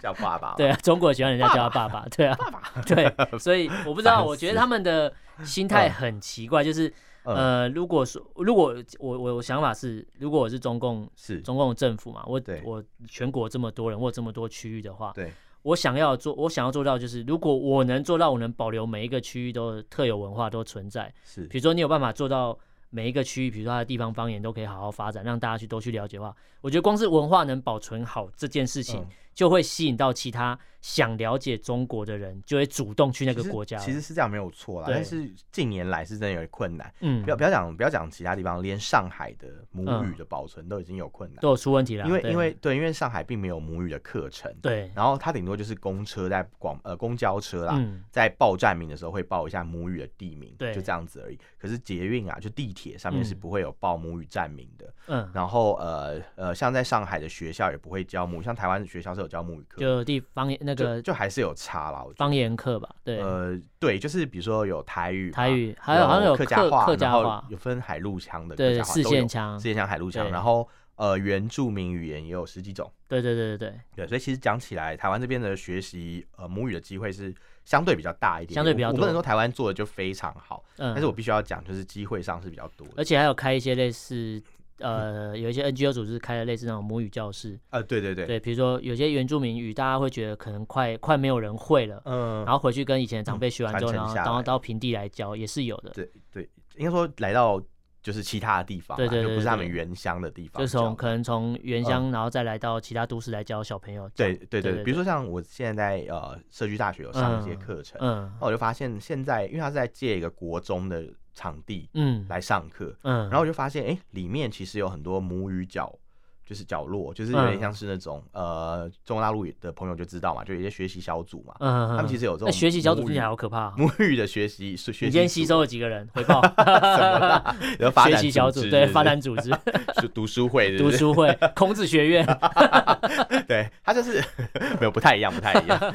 B: 叫爸爸，
A: 对，啊，中国喜欢人家叫他爸爸，对啊， 对，所以我不知道，
B: 烦
A: 我觉得
B: 死
A: 他们的心态很奇怪，就是
B: 嗯
A: 呃，如果说如果我我我想法是，如果我是中共
B: 是，
A: 中共政府嘛，我
B: 对
A: 我全国这么多人，我有这么多区域的话，
B: 对，
A: 我想要做，我想要做到就是，如果我能做到，我能保留每一个区域都特有文化都存在。
B: 是
A: 比如说你有办法做到每一个区域，比如说它的地方方言都可以好好发展，让大家去都去了解的话，我觉得光是文化能保存好这件事情，
B: 嗯
A: 就会吸引到其他想了解中国的人，就会主动去那个国家了。
B: 其实是这样没有错啦，
A: 对
B: 但是近年来是真的有点困难。
A: 嗯
B: 不，要不要讲不要讲其他地方，连上海的母
A: 嗯
B: 语的保存都已经有困难，
A: 都有出问题了，
B: 因为
A: 对啊
B: 因为对，因为上海并没有母语的课程，
A: 对，
B: 然后它顶多就是公车在广呃公交车啦，
A: 嗯，
B: 在报站名的时候会报一下母语的地名，
A: 对
B: 就这样子而已。可是捷运啊，就地铁上面是
A: 嗯
B: 不会有报母语站名的。
A: 嗯，
B: 然后呃呃，像在上海的学校也不会教母语，像台湾的学校是有教母语课，
A: 就地方言那
B: 就
A: 个
B: 就还是有差啦。我觉
A: 方言课吧，对
B: 得，，呃，对，就是比如说有台语嘛，
A: 台语还有好像有
B: 客
A: 客
B: 家话，
A: 客家
B: 然后
A: 话，
B: 有分海陆腔的客
A: 对对，
B: 家话，
A: 四
B: 都有
A: 线腔
B: 四，线腔、海陆腔，
A: 对
B: 然后呃原住民语言也有十几种。
A: 对对对对
B: 对，所以其实讲起来，台湾这边的学习呃母语的机会是相对比较大一点，
A: 相对比较
B: 我我
A: 多
B: 不能说台湾做的就非常好，
A: 对，嗯，
B: 但是我必须要讲，就是机会上是比较多的。
A: 而且还有开一些类似呃，有一些 NGO 组织开的类似那种母语教室，
B: 呃，对对对，
A: 对，比如说有些原住民语，大家会觉得可能快快没有人会了，
B: 嗯、
A: 然后回去跟以前的长辈学完之后，
B: 传承
A: 然后
B: 下来
A: 然后到平地来教也是有的，
B: 对对，应该说来到就是其他的地方啦，
A: 对对对
B: 就不是
A: 对
B: 他们
A: 对
B: 原乡的地方
A: 就
B: 这
A: 是从
B: 样。
A: 可能从原乡，然后再来到其他都市来教小朋友，
B: 嗯对对
A: 对
B: 对，
A: 对
B: 比如说像我现在在呃社区大学有上一些
A: 嗯
B: 课程，
A: 嗯
B: 那我就发现现在，因为他是在借一个国中的场地
A: 嗯
B: 来上课，
A: 嗯，
B: 然后我就发现，哎、里面其实有很多母语角，就是角落，就是有点
A: 嗯
B: 像是那种、呃，中国大陆的朋友就知道嘛，就有一些学习小组嘛，
A: 嗯，
B: 他们其
A: 实
B: 实有这
A: 那
B: 种
A: 学习小组
B: 母
A: 听
B: 语
A: 起来好可怕啊，
B: 母语的学习是学
A: 你
B: 习
A: 今天
B: 组
A: 吸收了几个人回报？
B: 然后发
A: 学
B: 展
A: 习小组
B: 织
A: 对
B: 是不
A: 发
B: 是
A: 展组织、
B: 是读书会是
A: 读
B: 不是，
A: 书会、孔子学 院，
B: 对他就是 没有不太一样，不太一样，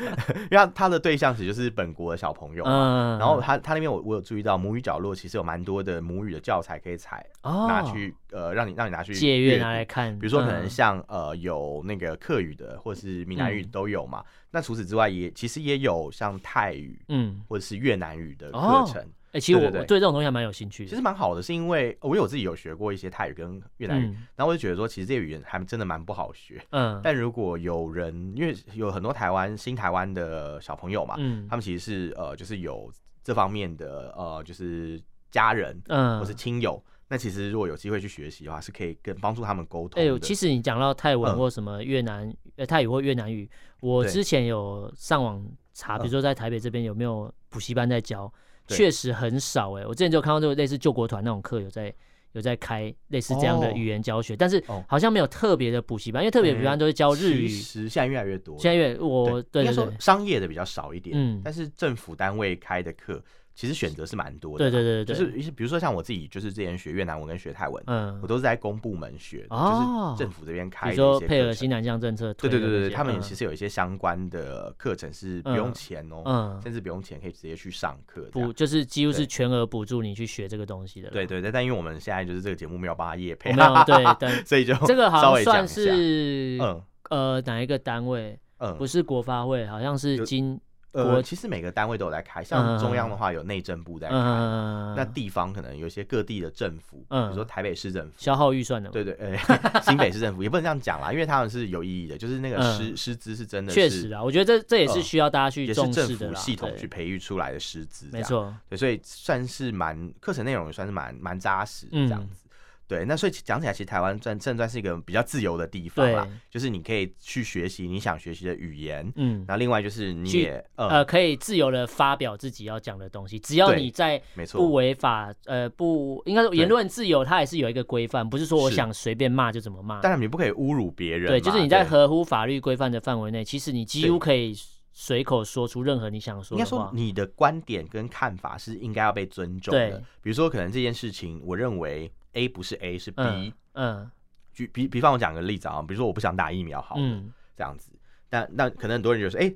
B: 因为他他的对象其实就是本国的小朋友。
A: 嗯，
B: 然后他他那边我我有注意到母语角落其实有蛮多的母语的教材可以采
A: 哦
B: 拿去、呃让你让你拿去
A: 借阅拿
B: 读
A: 来看，
B: 比如说可能
A: 嗯
B: 像、呃有那个客语的或者是闽南语
A: 嗯
B: 都有嘛，那除此之外也其实也有像泰语
A: 嗯，
B: 或者是越南语的课
A: 哦
B: 程，
A: 哎、其实我
B: 对对
A: 我
B: 对
A: 对这种东西还蛮有兴趣
B: 其
A: 的，
B: 实蛮好的，是因为我有自己有学过一些泰语跟越南语，
A: 嗯
B: 然后我就觉得说其实这些语言还真的蛮不好学，
A: 嗯
B: 但如果有人因为有很多台湾新台湾的小朋友嘛，
A: 嗯
B: 他们其实是呃就是有这方面的呃就是家人
A: 嗯
B: 或是亲友。那其实如果有机会去学习的话，是可以更帮助他们沟通
A: 哎、
B: 的。
A: 其实你讲到泰文
B: 嗯
A: 或什么越南、呃泰语或越南语，我
B: 对嗯
A: 之前有上网查，比如说在台北这边有没有补习班在教，
B: 对
A: 确实很少哎、我之前就有看到这个类似救国团那种课有在有在开类似这样的
B: 哦
A: 语言教学，但是
B: 哦哎
A: 好像没有特别的补习班，因为特别补习班都是教日语。
B: 其实现在越来越多了。
A: 现在越我对
B: 应该
A: 对
B: 说
A: 对
B: 商业的比较少一点，
A: 嗯
B: 但是政府单位开的课其实选择是蛮多的
A: 对
B: 啦，
A: 对对对
B: 就
A: 对，
B: 是就是比如说像我自己，就是之前学越南文跟学泰文，
A: 嗯
B: 我，都是在公部门学的，
A: 哦
B: 就是政府这边开
A: 比
B: 的
A: 如
B: 一
A: 说
B: 些
A: 配合
B: 课
A: 新
B: 程。
A: 南向政策
B: 对
A: 推的
B: 对
A: 这
B: 对
A: 些，
B: 对，他们
A: 嗯
B: 其实有一些相关的课程是不用钱哦，
A: 嗯
B: 甚至不用钱可以直接去上课这样。
A: 补就是几乎
B: 对
A: 是全额补助你去学这个东西的啦。
B: 对对对，但因为我们现在就是这个节目没有帮他业配啊
A: 我，没有对，但
B: 所以 就
A: 这个
B: 稍
A: 好
B: 微
A: 像
B: 讲
A: 算
B: 一下
A: 是
B: 嗯
A: 呃哪一个单位？
B: 嗯
A: 不，是国发会，好像
B: 就是
A: 经
B: 呃，
A: 国
B: 其实每个单位都有在开，像中央的话有内政部在开，
A: 嗯
B: 那地方可能有一些各地的政府，
A: 嗯
B: 比如说台北市政府，
A: 消耗预算的嘛，
B: 对对，呃， 新北市政府也不能这样讲啦，因为他们是有意义的，就是那个
A: 嗯
B: 师师资是真的是，
A: 确实啊，我觉得这这也
B: 呃
A: 是需要大家去
B: 也
A: 重
B: 是政
A: 视的
B: 府
A: 啦。
B: 系统
A: 对
B: 去培育出来的师资，
A: 没，错，
B: 对，所以算是蛮课程内容也算是蛮蛮扎实这
A: 嗯
B: 样子。对，那所以讲起来，其实台湾算正算是一个比较自由的地方啦
A: 对，
B: 就是你可以去学习你想学习的语言，
A: 嗯
B: 然。后另外就是你
A: 去
B: 也呃，
A: 呃，可以自由的发表自己要讲的东西，只要
B: 对
A: 你在
B: 没错，
A: 不违法，呃，不应该说言
B: 对
A: 论自由，它也是有一个规范，不是说我
B: 是
A: 想随便骂就怎么骂。
B: 当然你不可以侮辱别人嘛，
A: 对，就是你在合乎法律规范的范围内，其实你几乎可以随口说出任何你想
B: 应
A: 说
B: 该
A: 的
B: 说
A: 话。
B: 你的观点跟看法是应该要被尊重的
A: 对。
B: 比如说，可能这件事情，我认为 A 不是 A 是 B、
A: 嗯嗯
B: 举比比方我讲个例子啊，比如说我不想打疫苗好了，
A: 嗯，
B: 这样子，但那可能很多人就说，哎、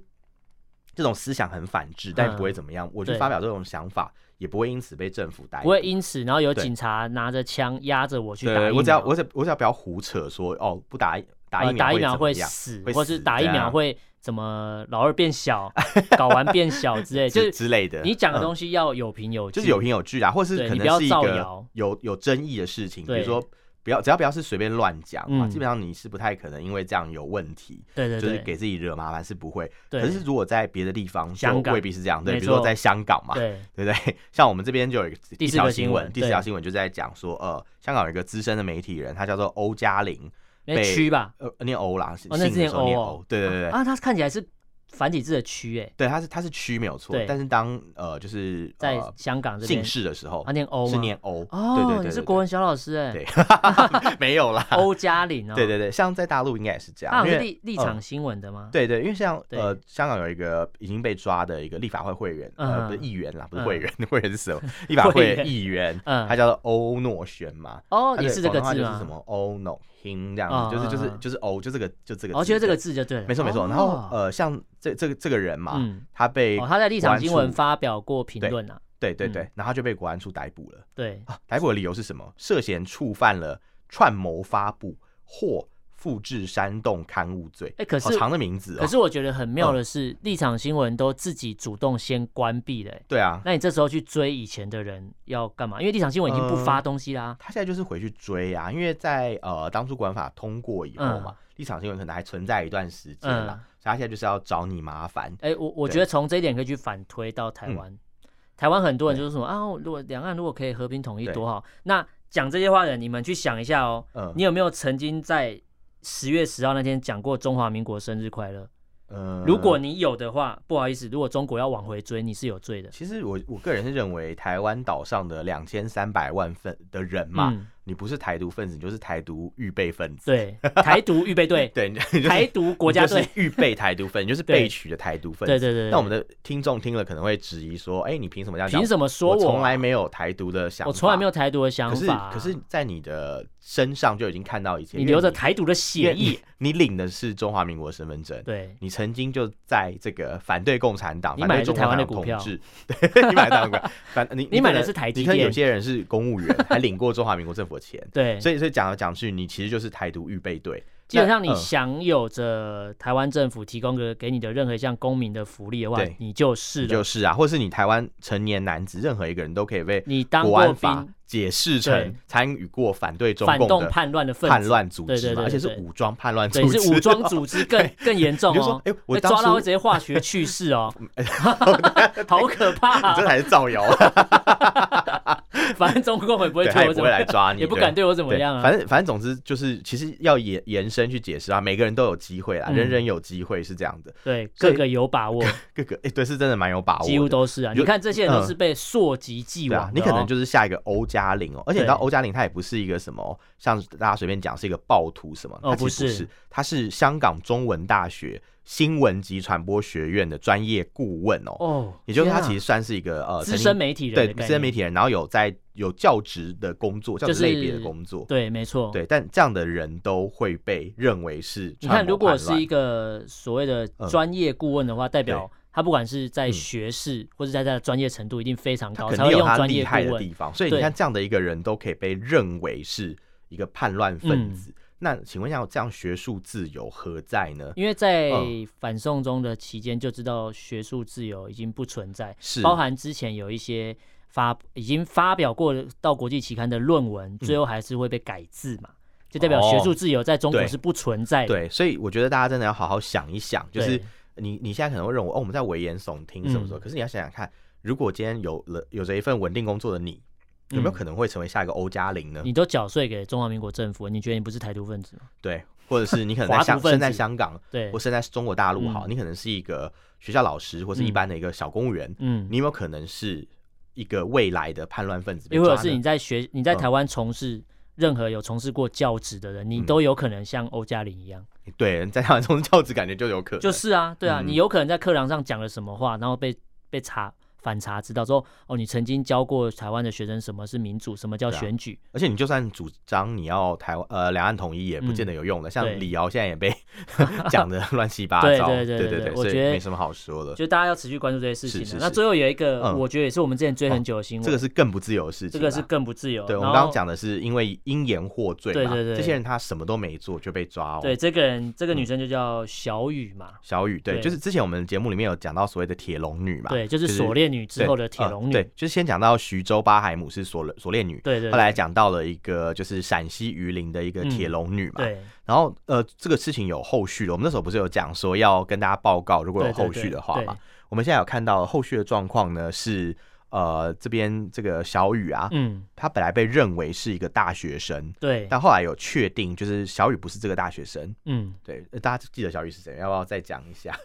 B: 这种思想很反制，但
A: 嗯
B: 不会怎么样。我去
A: 对
B: 发表这种想法，也不会因此被政府逮捕，
A: 不会因此然后有
B: 对
A: 警察拿着枪压着我去打疫
B: 对，
A: 苗。
B: 我只要我只我只要不要胡扯说哦，不打打
A: 呃
B: 疫苗
A: 打疫
B: 会
A: 苗
B: 怎么
A: 会
B: 样？
A: 死
B: 会，
A: 或是
B: 死
A: 打疫
B: 对啊
A: 苗会怎么老二变小，睾丸变小之 类，就
B: 之
A: 是
B: 之类的，
A: 你讲的
B: 嗯
A: 东西要有凭有据，
B: 就是有凭有据啊，或是
A: 对
B: 可
A: 你
B: 能
A: 不要
B: 是一
A: 造
B: 个
A: 谣
B: 有有争议的事情，比如
A: 对
B: 说不要只要不要是随便乱讲话，
A: 嗯
B: 基本上你是不太可能因为这样有问题，
A: 对对
B: 就是
A: 对，
B: 给自己惹麻烦是不会。
A: 对
B: 可是如果在别的地方，就
A: 香港
B: 未必是这样。对，
A: 没
B: 比如说
A: 错
B: 在香港嘛，
A: 对
B: 对不对？ 像我们这边就有一个
A: 第
B: 一
A: 四
B: 条
A: 个
B: 新
A: 新闻
B: 闻，第四
A: 对
B: 条新闻就在讲说，呃，香港有一个资深的媒体人，他叫做欧嘉玲，
A: 那
B: 被
A: 区吧，
B: 呃，念欧啦，姓
A: 哦那
B: 的
A: 是念
B: 时候念
A: 欧哦
B: 欧，对对对对，
A: 啊，它看起来是繁体字的区，哎，
B: 对，他是他是区没有错
A: 对，
B: 但是当呃就是
A: 在
B: 呃
A: 香港这边
B: 姓，氏的时候
A: 他，念欧
B: 是
A: 吗？
B: 念欧，对
A: 哦，
B: 对对，
A: 你是
B: 对
A: 国文小老师哎，
B: 对 没有啦，
A: 欧嘉玲哦，
B: 对对对，像在大陆应该也是这
A: 他好像
B: 样，
A: 是
B: 因为
A: 立立
B: 嗯
A: 场新闻的吗？
B: 对对，因为像
A: 对
B: 呃，香港有一个已经被抓的一个立法会会员，呃，不是
A: 嗯
B: 议员啦，不
A: 嗯
B: 是会员， 会员 是什么？立法
A: 会
B: 会
A: 员
B: 议员，
A: 嗯
B: 他叫做欧诺轩嘛，
A: 哦，
B: 他
A: 也
B: 的
A: 是这个
B: 啊广东话
A: 字吗？
B: 就是什么欧诺兴这
A: 嗯
B: 样子，就是就是
A: 嗯嗯
B: 就是欧，就这个就这个字，
A: 哦，就是这个字就对了，
B: 对，没错没错。
A: 哦
B: 然后呃，像这这个这个人嘛，
A: 嗯，
B: 他被
A: 哦，他在立场新
B: 国
A: 闻
B: 安处
A: 发表过评论啊，
B: 对对对
A: 嗯，
B: 然后他就被国安处逮捕了。
A: 对，
B: 啊，逮捕的理由是什么？涉嫌触犯了串谋发布或复制煽动刊物罪。
A: 哎可是
B: 好长的名字
A: 可
B: 哦。
A: 是我觉得很妙的是，立场新闻都自己主动先关闭了欸、
B: 对啊，
A: 那你这时候去追以前的人要干嘛？因为立场新闻已经不
B: 呃
A: 发东西啦。
B: 他现在就是回去追啊，因为在呃当初管法通过以后嘛，立场新闻可能还存在一段时间啦，
A: 嗯
B: 所以他现在就是要找你麻烦。
A: 哎、我我
B: 对嗯
A: 觉得从这一点可以去反推到台湾。台湾很多人就是什么啊，如果两岸如果可以和平统一
B: 对
A: 多好。那讲这些话的人，你们去想一下哦，
B: 嗯，
A: 你有没有曾经在十月十号那天讲过中华民国生日快乐？
B: 呃
A: 如果你有的话，不好意思，如果中国要往回追，你是有罪的。
B: 其实我我个人是认为，台湾岛上的两千三百万份的人嘛，
A: 嗯，
B: 你不是台独分子，你就是台独预备分子。，
A: 对，台独预备队
B: 对，你就你就是
A: 台独国家
B: 你
A: 队
B: 就，是预备台独分，你就是
A: 对
B: 被取的台独分子。
A: 对对对。
B: 那我们的听众听了可能会质疑说：“哎、你凭什么这样讲？
A: 凭什么说
B: 我
A: 我啊
B: 从来没有台独的想法，
A: 我从来没有。台独的想
B: 可是
A: 法啊、
B: 可是在你的身上就已经看到一切，
A: 你
B: 因为
A: 留着台独的血
B: 因
A: 液
B: 为，你，你领的是中华民国身份证。”
A: 对，
B: 你曾经就在这个反对共产党、
A: 你
B: 反
A: 买
B: 对
A: 的是
B: 中
A: 台
B: 国
A: 湾
B: 党
A: 的
B: 的
A: 股
B: 统
A: 票
B: 治，对， 你买的台湾股票，反你
A: 你买的
B: 可能
A: 是台积
B: 你看
A: 电
B: 有些人是公务员，还领过中华民国政府的钱，
A: 对，
B: 所以所以讲来讲去，你其实就是台独预备队。
A: 基本上
B: 那
A: 你
B: 嗯
A: 享有着台湾政府提供的给你的任何一项公民的福利的话
B: 对，
A: 你就是
B: 你
A: 了
B: 就。是啊，或是你台湾成年男子任何一个人都可以被
A: 你当
B: 国
A: 过
B: 安法
A: 兵，
B: 解
A: 对
B: 释成参与过反对中
A: 反
B: 共
A: 动
B: 的
A: 叛乱的分子，
B: 叛乱组织嘛，
A: 对对对
B: 而且是
A: 对
B: 武装叛乱
A: 对，
B: 组织，
A: 是武装组织 更更严重
B: 你就
A: 哦
B: 说，。哎，我
A: 被
B: 当
A: 抓到会直
B: 初嗯哎
A: 接化学去世 哦， 好可怕、
B: 你这
A: 啊！
B: 才是造谣，
A: 反正中共 也不会
B: 对，
A: 对
B: 他也
A: 我
B: 不
A: 怎
B: 会
A: 么，
B: 来抓你，
A: 也不敢
B: 对。
A: 对我怎么
B: 对
A: 样啊。
B: 反正反正总之就是，其实要延延伸去解释啊，每个人都有机会啦，
A: 嗯
B: 人人有机会是这样的，
A: 对，各
B: 所以
A: 个有把握，
B: 各个哎、对，是真的蛮有把握的，
A: 几乎都是啊。
B: 你
A: 你
B: 就
A: 看这些人都
B: 嗯
A: 是被溯及既
B: 对
A: 往的
B: 啊
A: 哦，
B: 你可能就是下一个欧嘉玲哦，而且你知道
A: 对
B: 欧嘉玲她也不是一个什么，像大家随便讲是一个暴徒什么，
A: 哦
B: 她其实
A: 不
B: 不
A: 是
B: 是，她是香港中文大学新闻及传播学院的专业顾问哦，
A: 哦，
B: 也就是她
A: 天啊
B: 其实算是一个呃
A: 资深媒体人
B: 体
A: 的
B: 对
A: 概念，
B: 资深媒体人，然后有在有教职的工作，教
A: 就
B: 职类别的
A: 是
B: 工作，
A: 对，没错。
B: 对，但这样的人都会被认为是
A: 哦你
B: 串
A: 看，
B: 谋
A: 如果
B: 叛
A: 是
B: 乱
A: 一个所谓的
B: 嗯
A: 专业顾问的话，代表
B: 对
A: 他不管是在
B: 嗯
A: 学识或者在他的专业程度一定非常
B: 他
A: 高，
B: 肯
A: 才
B: 定
A: 会
B: 有
A: 用
B: 他
A: 专
B: 厉
A: 业
B: 害
A: 顾
B: 的
A: 问。
B: 地方，所以
A: 对
B: 你看这样的一个人都可以被认为是一个叛乱
A: 嗯
B: 分子。那请问一下，这样学术自由何在呢？
A: 因为在
B: 嗯
A: 反送中的期间，就知道学术自由已经不存在，
B: 是
A: 包含之前有一些发已经发表过到国际期刊的论文，最后还是会被改字嘛，就代表
B: 嗯哦
A: 学术自由在中国
B: 对
A: 是不存在的。
B: 对，所以我觉得大家真的要好好想一想，就
A: 对
B: 是你你现在可能会认为哦，我们在危言耸听什么什么，
A: 嗯
B: 可是你要想想看，如果今天有了有着一份稳定工作的你，有没有
A: 嗯
B: 可能会成为下一个欧嘉玲呢？
A: 你都缴税给中华民国政府，你觉得你不是台独分子吗？
B: 对，或者是你可能
A: 华
B: 在
A: 族
B: 香
A: 分
B: 身在
A: 子
B: 香港，
A: 对
B: 或，身在中国大陆好，
A: 嗯
B: 你可能是一个学校老师，或是一
A: 嗯
B: 般的一个小公务员，
A: 嗯，
B: 你有没有可能是一个未来的叛乱分子被
A: 又或
B: 抓
A: 者
B: 呢？
A: 是你在学你在
B: 嗯
A: 台湾从事任何有从事过教职的人，你
B: 嗯
A: 都有可能像欧嘉玲一样，
B: 对在台湾中教子感觉就有可能，
A: 就是啊，对啊，
B: 嗯
A: 你有可能在课堂上讲了什么话，然后被被查反查知道说，哦，你曾经教过台湾的学生什么是民主，什么叫
B: 对啊
A: 选举，
B: 而且你就算主张你要台湾呃两岸统一，也不见得有用的。像
A: 嗯对
B: 李敖现在 也被讲的乱七八
A: 对
B: 糟，
A: 对对
B: 对
A: 对对
B: 所
A: 我
B: 以
A: 觉得
B: 没什么好说的。
A: 就大家要持续关注这些事情
B: 是
A: 的。
B: 是
A: 那
B: 是
A: 最后有一个，
B: 嗯
A: 我觉得也是我们之前追很
B: 哦
A: 久的新闻，
B: 这个是更不自由的事情吧，
A: 这个是更不自由。
B: 对我
A: 然
B: 们刚
A: 后
B: 刚讲的是因为因言获罪
A: 对
B: 嘛，
A: 对对
B: 这些人他什么都没做就被抓哦。
A: 对，这个人，这个女
B: 嗯
A: 生就叫小雨嘛，
B: 小雨对，
A: 对
B: 就是之前我们节目里面有讲到所谓的铁笼女嘛，
A: 对，就是
B: 啊就是
A: 锁链女之后的铁
B: 呃
A: 笼女，
B: 对，就是先讲到徐州八海姆是锁了锁链女，
A: 对对嗯
B: 后来讲到了一个就是陕西榆林的一个铁笼女嘛，
A: 对
B: 然后呃这个事情有后续的，我们那时候不是有讲说要跟大家报告，如果有
A: 对对
B: 后续
A: 对
B: 的话嘛，
A: 对
B: 我们现在有看到后续的状况呢是呃这边这个小雨啊，
A: 嗯
B: 她本来被认为是一个大学生，
A: 对
B: 但后来有确定就是小雨不是这个大学生，
A: 嗯，
B: 对，呃大家记得小雨是谁？要不要再讲一下？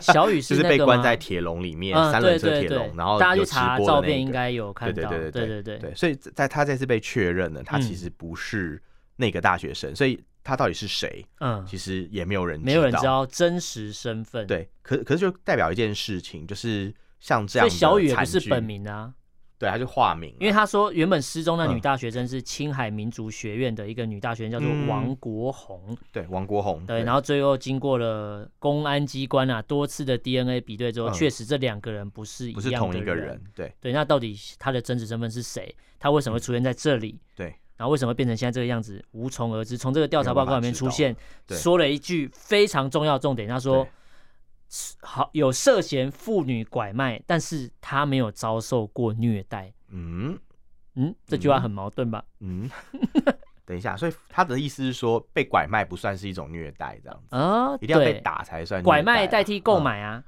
A: 小雨
B: 就是是
A: 那
B: 被
A: 个
B: 关
A: 吗
B: 在铁笼里面，
A: 嗯
B: 三
A: 对
B: 轮车
A: 对
B: 铁
A: 对
B: 笼，，然后
A: 大家
B: 有
A: 去
B: 直
A: 查
B: 播
A: 照
B: 的那
A: 片应
B: 个
A: 该有看
B: 对
A: 到，
B: 对
A: 对
B: 对
A: 对
B: 对，所以在他这次被确认了，他
A: 嗯
B: 其实不是那个大学生，所以他到底是谁，
A: 嗯，
B: 其实也没有人
A: 没有人知。道真实身份，，
B: 对，可可是就代表一件事情，就是像
A: 所
B: 这样
A: 以
B: 的
A: 小雨也不
B: 惨
A: 是
B: 剧
A: 本，名啊，
B: 对，他是化名啊，
A: 因为他说原本失踪的女
B: 嗯
A: 大学生是青海民族学院的一个女大学生，叫做
B: 嗯
A: 王国红，
B: 对王国红，
A: 对，然后最后经过了公安机关啊多次的 DNA 比对之后，
B: 嗯
A: 确实这两个人不是一
B: 不是
A: 样
B: 同
A: 的
B: 一个
A: 人
B: 人，，对
A: 对，那到底他的真实身份是谁？他为什么会出现在这里？
B: 嗯对，
A: 然后为什么会变成现在这个样子？无从而知。从这个调查
B: 没有办
A: 报
B: 法
A: 告里面
B: 知
A: 出
B: 道
A: 现，
B: 对
A: 说了一句非常重要的重点，他说
B: 对
A: 好有涉嫌妇女拐卖，但是他没有遭受过虐待。
B: 嗯
A: 嗯，这句话
B: 嗯
A: 很矛盾吧？
B: 嗯。 等一下，所以他的意思是说，被拐卖不算是一种虐待，这样子，
A: 啊，
B: 嗯一定要被
A: 对。
B: 打才算虐
A: 拐卖
B: 啊
A: 代替购
B: 嗯
A: 买啊，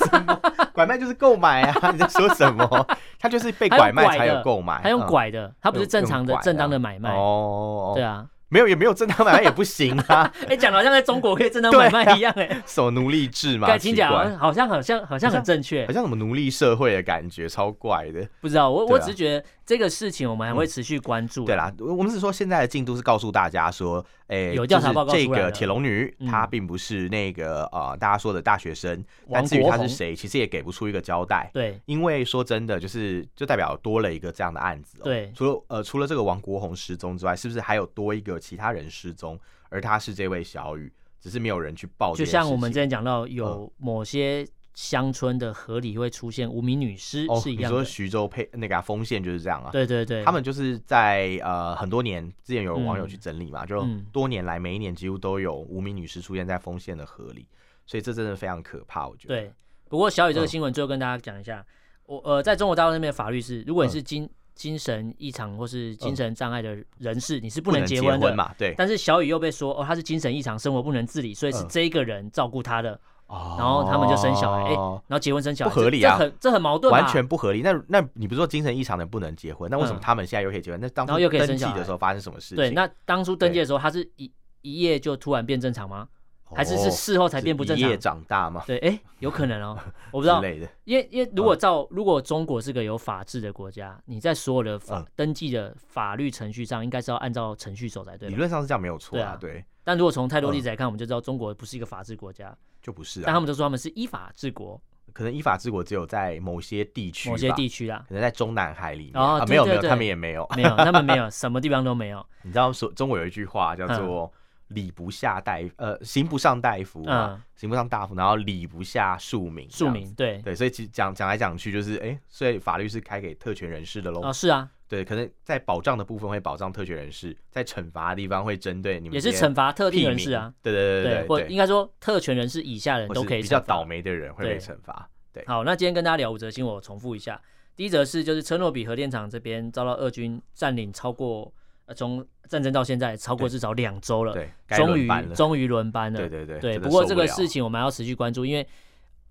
B: 拐卖就是购买啊！你在说什么？ 他就是被
A: 还有
B: 拐卖
A: 拐
B: 才有
A: 的
B: 购买，
A: 他用
B: 嗯
A: 拐的，他不是
B: 用
A: 正
B: 用
A: 常的
B: 拐
A: 正当
B: 啊
A: 的买卖，
B: 哦，
A: 对，啊。
B: 没有也没有正当买卖也不行 啊，
A: 哎，讲的好像在中国可以正当
B: 对
A: 买
B: 啊
A: 卖一样 哎，
B: 什么奴隶制嘛，
A: 感情
B: 奇
A: 讲啊好
B: 怪
A: 像好像好像好像
B: 好
A: 很
B: 像
A: 正确
B: 好，像什么奴隶社会的感觉，超怪的。
A: 不知道，我、
B: 对啊嗯
A: 我只是觉得这个事情我们还会持续关注。
B: 对，啦，我我们是说现在的进度是告诉大家说，诶，
A: 有调查
B: 就是
A: 报告
B: 这
A: 出来
B: 个
A: 了
B: 铁笼女
A: 嗯
B: 她并不是那个呃大家说的大学生，但
A: 王
B: 至于
A: 国
B: 她是
A: 红
B: 谁，其实也给不出一个交代。
A: 对
B: 因为说真的，就是就代表多了一个这样的案子、哦。
A: 对
B: 除了呃除了这个王国红失踪之外，是不是还有多一个其他人失踪？而他是这位小雨，只是没有人去报
A: 就
B: 这件事情。嗯
A: 像我们之前讲到，有某些乡村的河里会出现无名女尸
B: 哦，
A: 是一
B: 你
A: 样
B: 说
A: 的。
B: 徐州配那个啊丰、县就是这样啊。
A: 对对对，
B: 他们就是在呃很多年之前有网友
A: 嗯
B: 去整理嘛，就
A: 嗯
B: 多年来每一年几乎都有无名女尸出现在丰县的河里，所以这真的非常可怕，我觉得。
A: 对。不过小雨这个
B: 嗯
A: 新闻最后跟大家讲一下，我呃，在中国大陆那边的法律是，如果
B: 嗯
A: 你是精、精神异常或是精神障碍的人士，你是不
B: 不
A: 能
B: 能结
A: 婚的。
B: 嘛，对，
A: 但是小雨又被说哦，他是精神异常，生活不能自理，所以是
B: 嗯
A: 这一个人照顾他的，
B: 然
A: 然后他们就生小孩哎然后结婚生小孩，
B: 不合理啊
A: 这这很这很矛盾吧，
B: 完全不合理。那那你不是说精神异常的不能结婚？那为什么
A: 嗯
B: 他们现在又可以结婚？那当
A: 然
B: 初
A: 后又可以
B: 登
A: 生
B: 记
A: 小孩
B: 的时候发生什么事情？
A: 对，那当初登记的时候，他是一一夜就突然变正常吗？还是是
B: 哦
A: 事后才变不正
B: 一夜
A: 常？
B: 长大嘛
A: 对，哎，有可 能哦，我不知
B: 之
A: 道，
B: 类嗯的。
A: 因为因为如果照如果中国是个有法治的国家，你在所有的法
B: 嗯
A: 登记的法律程序上，应该是要按照程序走才对
B: 理
A: 吧。
B: 论上是这样没有错啊，
A: 对
B: 对，
A: 但如果从太多例
B: 嗯
A: 子来看，我们就知道中国不是一个法治国家，
B: 就不是
A: 但
B: 啊。
A: 他们都说他们是依法治国，
B: 可能依法治国只有在某些地区吧，
A: 某些地区啦。
B: 可能在中南海里面
A: 哦
B: 啊，
A: 对
B: 没有
A: 对
B: 没有，
A: 对
B: 他们也没有。
A: 没有， 他们没有，什么地方都没有。
B: 你知道说中国有一句话
A: 嗯
B: 叫做“礼不下大夫呃刑不上大夫”嘛
A: 嗯，
B: 刑不上大夫，然后礼不下庶民，
A: 庶民。对，
B: 对，所以其实讲讲来讲去就是，哎，所以法律是开给特权人士的喽。
A: 哦，是啊，
B: 对，可能在保障的部分会保障特权人士，在惩罚的地方会针对你们
A: 也是
B: 这些
A: 惩罚特
B: 屁
A: 定人
B: 民
A: 士啊，，
B: 对对对
A: 对，或
B: 对
A: 应
B: 对，
A: 该说特权人士以下的人
B: 或
A: 都
B: 是
A: 可以
B: 比较
A: 惩罚
B: 倒霉的人会被
A: 对
B: 惩罚。对，
A: 好，那今天跟大家聊五则新闻，我重复一下。第一则是就是车诺比核电厂这边遭到俄军占领超过，呃，从战争到现在超过
B: 对
A: 至少两周了，
B: 对，该
A: 终
B: 轮
A: 于
B: 班了，
A: 终于轮班了。
B: 对对对
A: 对，
B: 真的
A: 不过
B: 受
A: 这
B: 不
A: 个
B: 了啊
A: 事情我们还要持续关注，因为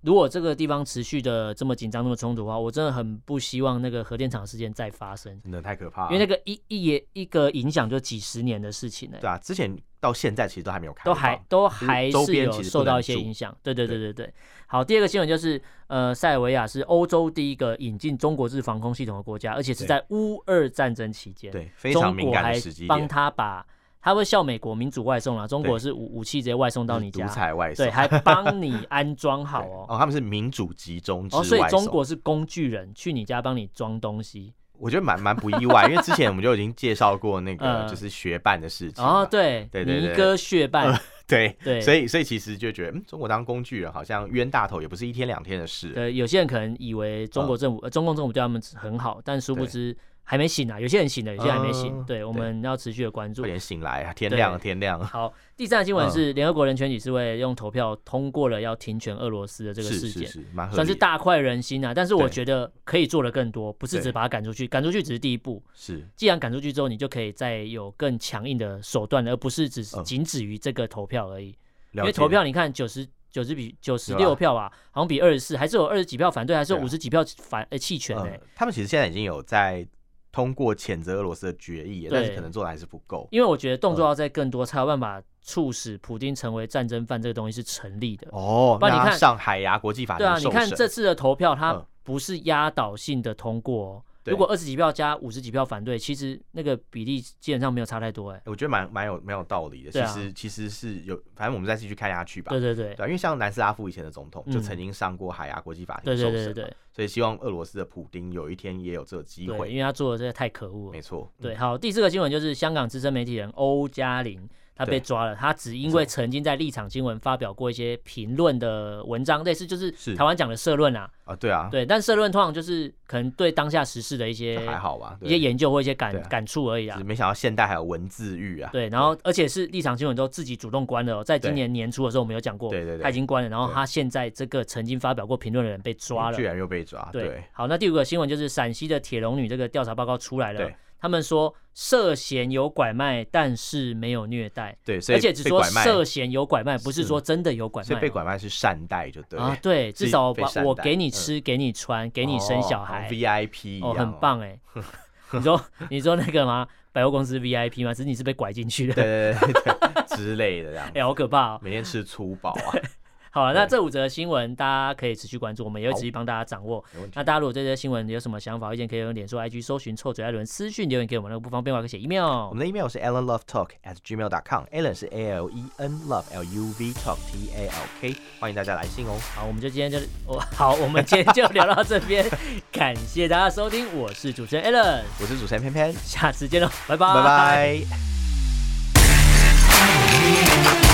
A: 如果这个地方持续的这么紧张、这么冲突的话，我真的很不希望那个核电厂事件再发生，
B: 真的太可怕了。
A: 因为那个一一也一个影响就几十年的事情呢、欸
B: 对啊，之前到现在其实都还没有开
A: 都
B: 放，
A: 还都
B: 是
A: 还
B: 嗯周
A: 是
B: 边
A: 有
B: 其实
A: 受
B: 不
A: 到
B: 能
A: 一些
B: 住
A: 影响。对对对对对。好，第二个新闻就是，呃，塞尔维亚是欧洲第一个引进中国制防空系统的国家，而且是
B: 对
A: 在乌二战争期间。，
B: 对非常
A: 中
B: 敏
A: 国
B: 感
A: 还
B: 的时机
A: 帮
B: 点，
A: 他把，他会笑美国民主外送啦，中国
B: 对
A: 是武武器直接外送到
B: 就是
A: 你
B: 独
A: 家，
B: 裁外送
A: 对， 还帮你安装好
B: 对
A: 哦。
B: 哦，他们是民主集中制
A: 哦，所以
B: 外
A: 中
B: 送
A: 国是工具人，去你家帮你装东西。
B: 我觉得蛮蛮不意外，因为之前我们就已经介绍过那 个
A: 嗯
B: 就是学办的事情嘛，
A: 哦，对，
B: 对对对
A: 尼哥 血办，
B: 对
A: 对
B: 所以所以其实就觉得，嗯，中国当工具人好像冤大头也不是一天两天的事，
A: 对，有些人可能以为中国政府、呃、中共政府对他们很好，但殊不
B: 对
A: 知还没醒啊，有些人醒了，有些还没醒。
B: 嗯
A: 对，我
B: 对
A: 们要持续的关注
B: 快。点嗯醒来啊！天亮了，
A: 对
B: 天亮了。
A: 好，第三个新闻是联合国人权理事会用投票通过了要停权俄罗斯 的这个
B: 是
A: 事
B: 是
A: 件，
B: 是，蛮合理的
A: 算是大快人心啊。但是我
B: 对
A: 觉得可以做的更多，不是
B: 对
A: 只把他赶出去，赶出去只是第一步。
B: 是
A: 既然赶出去之后，你就可以再有更强硬的手段了，而不是只是
B: 嗯
A: 仅止于这个投票而已。
B: 因
A: 因为投票你看九十九十比九十六票吧，好像比二十四，还是有二十几票反对，还是有
B: 啊对啊
A: 五十几票反呃弃权呢、
B: 嗯，他们其实现在已经有在通过谴责俄罗斯的决议了，但是
A: 对
B: 可能做的还是不够。
A: 因为我觉得动
B: 嗯
A: 作要再更多，才有办法促使普丁成为战争犯这个东西是成立的。
B: 哦，
A: 不
B: 那
A: 然你
B: 他
A: 看
B: 上海牙国际法
A: 对啊，
B: 庭
A: 你
B: 受
A: 看
B: 审
A: 这次的投票，它
B: 嗯
A: 不是压倒性的通过、哦。
B: 对
A: 如果二十几票加五十几票反对，其实那个比例基本上没有差太多哎、
B: 我觉得蛮蛮有蛮有道理的。
A: 对
B: 其
A: 啊
B: 实其实是有，反正我们再继续看下去吧
A: 对。对对
B: 对啊，因为像南斯拉夫以前的总统就
A: 嗯
B: 曾经上过海牙国际法庭
A: 对
B: 受
A: 对对
B: 审，
A: 对
B: 所以希望俄罗斯的普丁有一天也有这个机
A: 对，
B: 会。
A: 因为他做的这个太可恶了
B: 没。错，
A: 对，好，第四个新闻就是香港资深媒体人欧嘉玲，她被
B: 对
A: 抓了，她只因为曾经在立场新闻发表过一些评论的文章，类似就是
B: 是
A: 台湾讲的社论啊，
B: 啊，对啊，
A: 对，但社论通常就是可能对当下时事的一些
B: 这还好吧？
A: 一
B: 对
A: 些研究或一些感、
B: 对啊
A: 感触而已
B: 只
A: 啊
B: 是。没想到现代还有文字狱啊。
A: 对，然后而且是立场新闻都自己主动关了、哦，在今
B: 对
A: 年年初的时候我们有讲过，
B: 对对对
A: 他已经关了，然后
B: 对
A: 他现在这个曾经发表过评论的人被抓了
B: 居，然又被抓，
A: 对
B: 啊对，，
A: 好，那第五个新闻就是陕西的铁笼女这个调查报告出来了
B: 对，
A: 他们说涉嫌有拐卖，但是没有虐待，
B: 对，所以
A: 而且只
B: 被
A: 说
B: 拐卖
A: 涉嫌有拐卖，不是
B: 是
A: 说真的有拐卖
B: 所
A: 哦，
B: 以被拐卖是善待，就对了
A: 啊，对，至
B: 是
A: 少
B: 被
A: 把
B: 善
A: 我
B: 待
A: 给你
B: 嗯
A: 吃，给你穿，给你生小
B: 哦好
A: 孩
B: 像，，VIP 一样
A: 哦，
B: 哦
A: 很。棒哎， 你说你说那个吗？百货公司 VIP 吗？只是你是被拐进去的，
B: 对对对对之类的这样，
A: 哎，好可怕哦。
B: 每天吃粗饱啊，
A: 好了，那
B: 对
A: 这五则新闻大家可以持续关注，我们也会持续帮大家掌握。
B: 没问题
A: 那。大家如果对这些新闻有什么想法、意见，可以用脸书、IG 搜寻“臭嘴艾伦”私讯留言给我们，那个不方便的话可以写 email
B: 我。们的 email 是 allenlovetalk at gmail dot com，allen 是 a l e n love l u v talk t a l k，欢迎大家来信哦。
A: 好，我们就今天就我 好，我们今天就聊到这边， 感谢大家收听，我是主持人 Allen，
B: 我是主持人偏偏，
A: 下次见喽，拜拜，
B: 拜拜。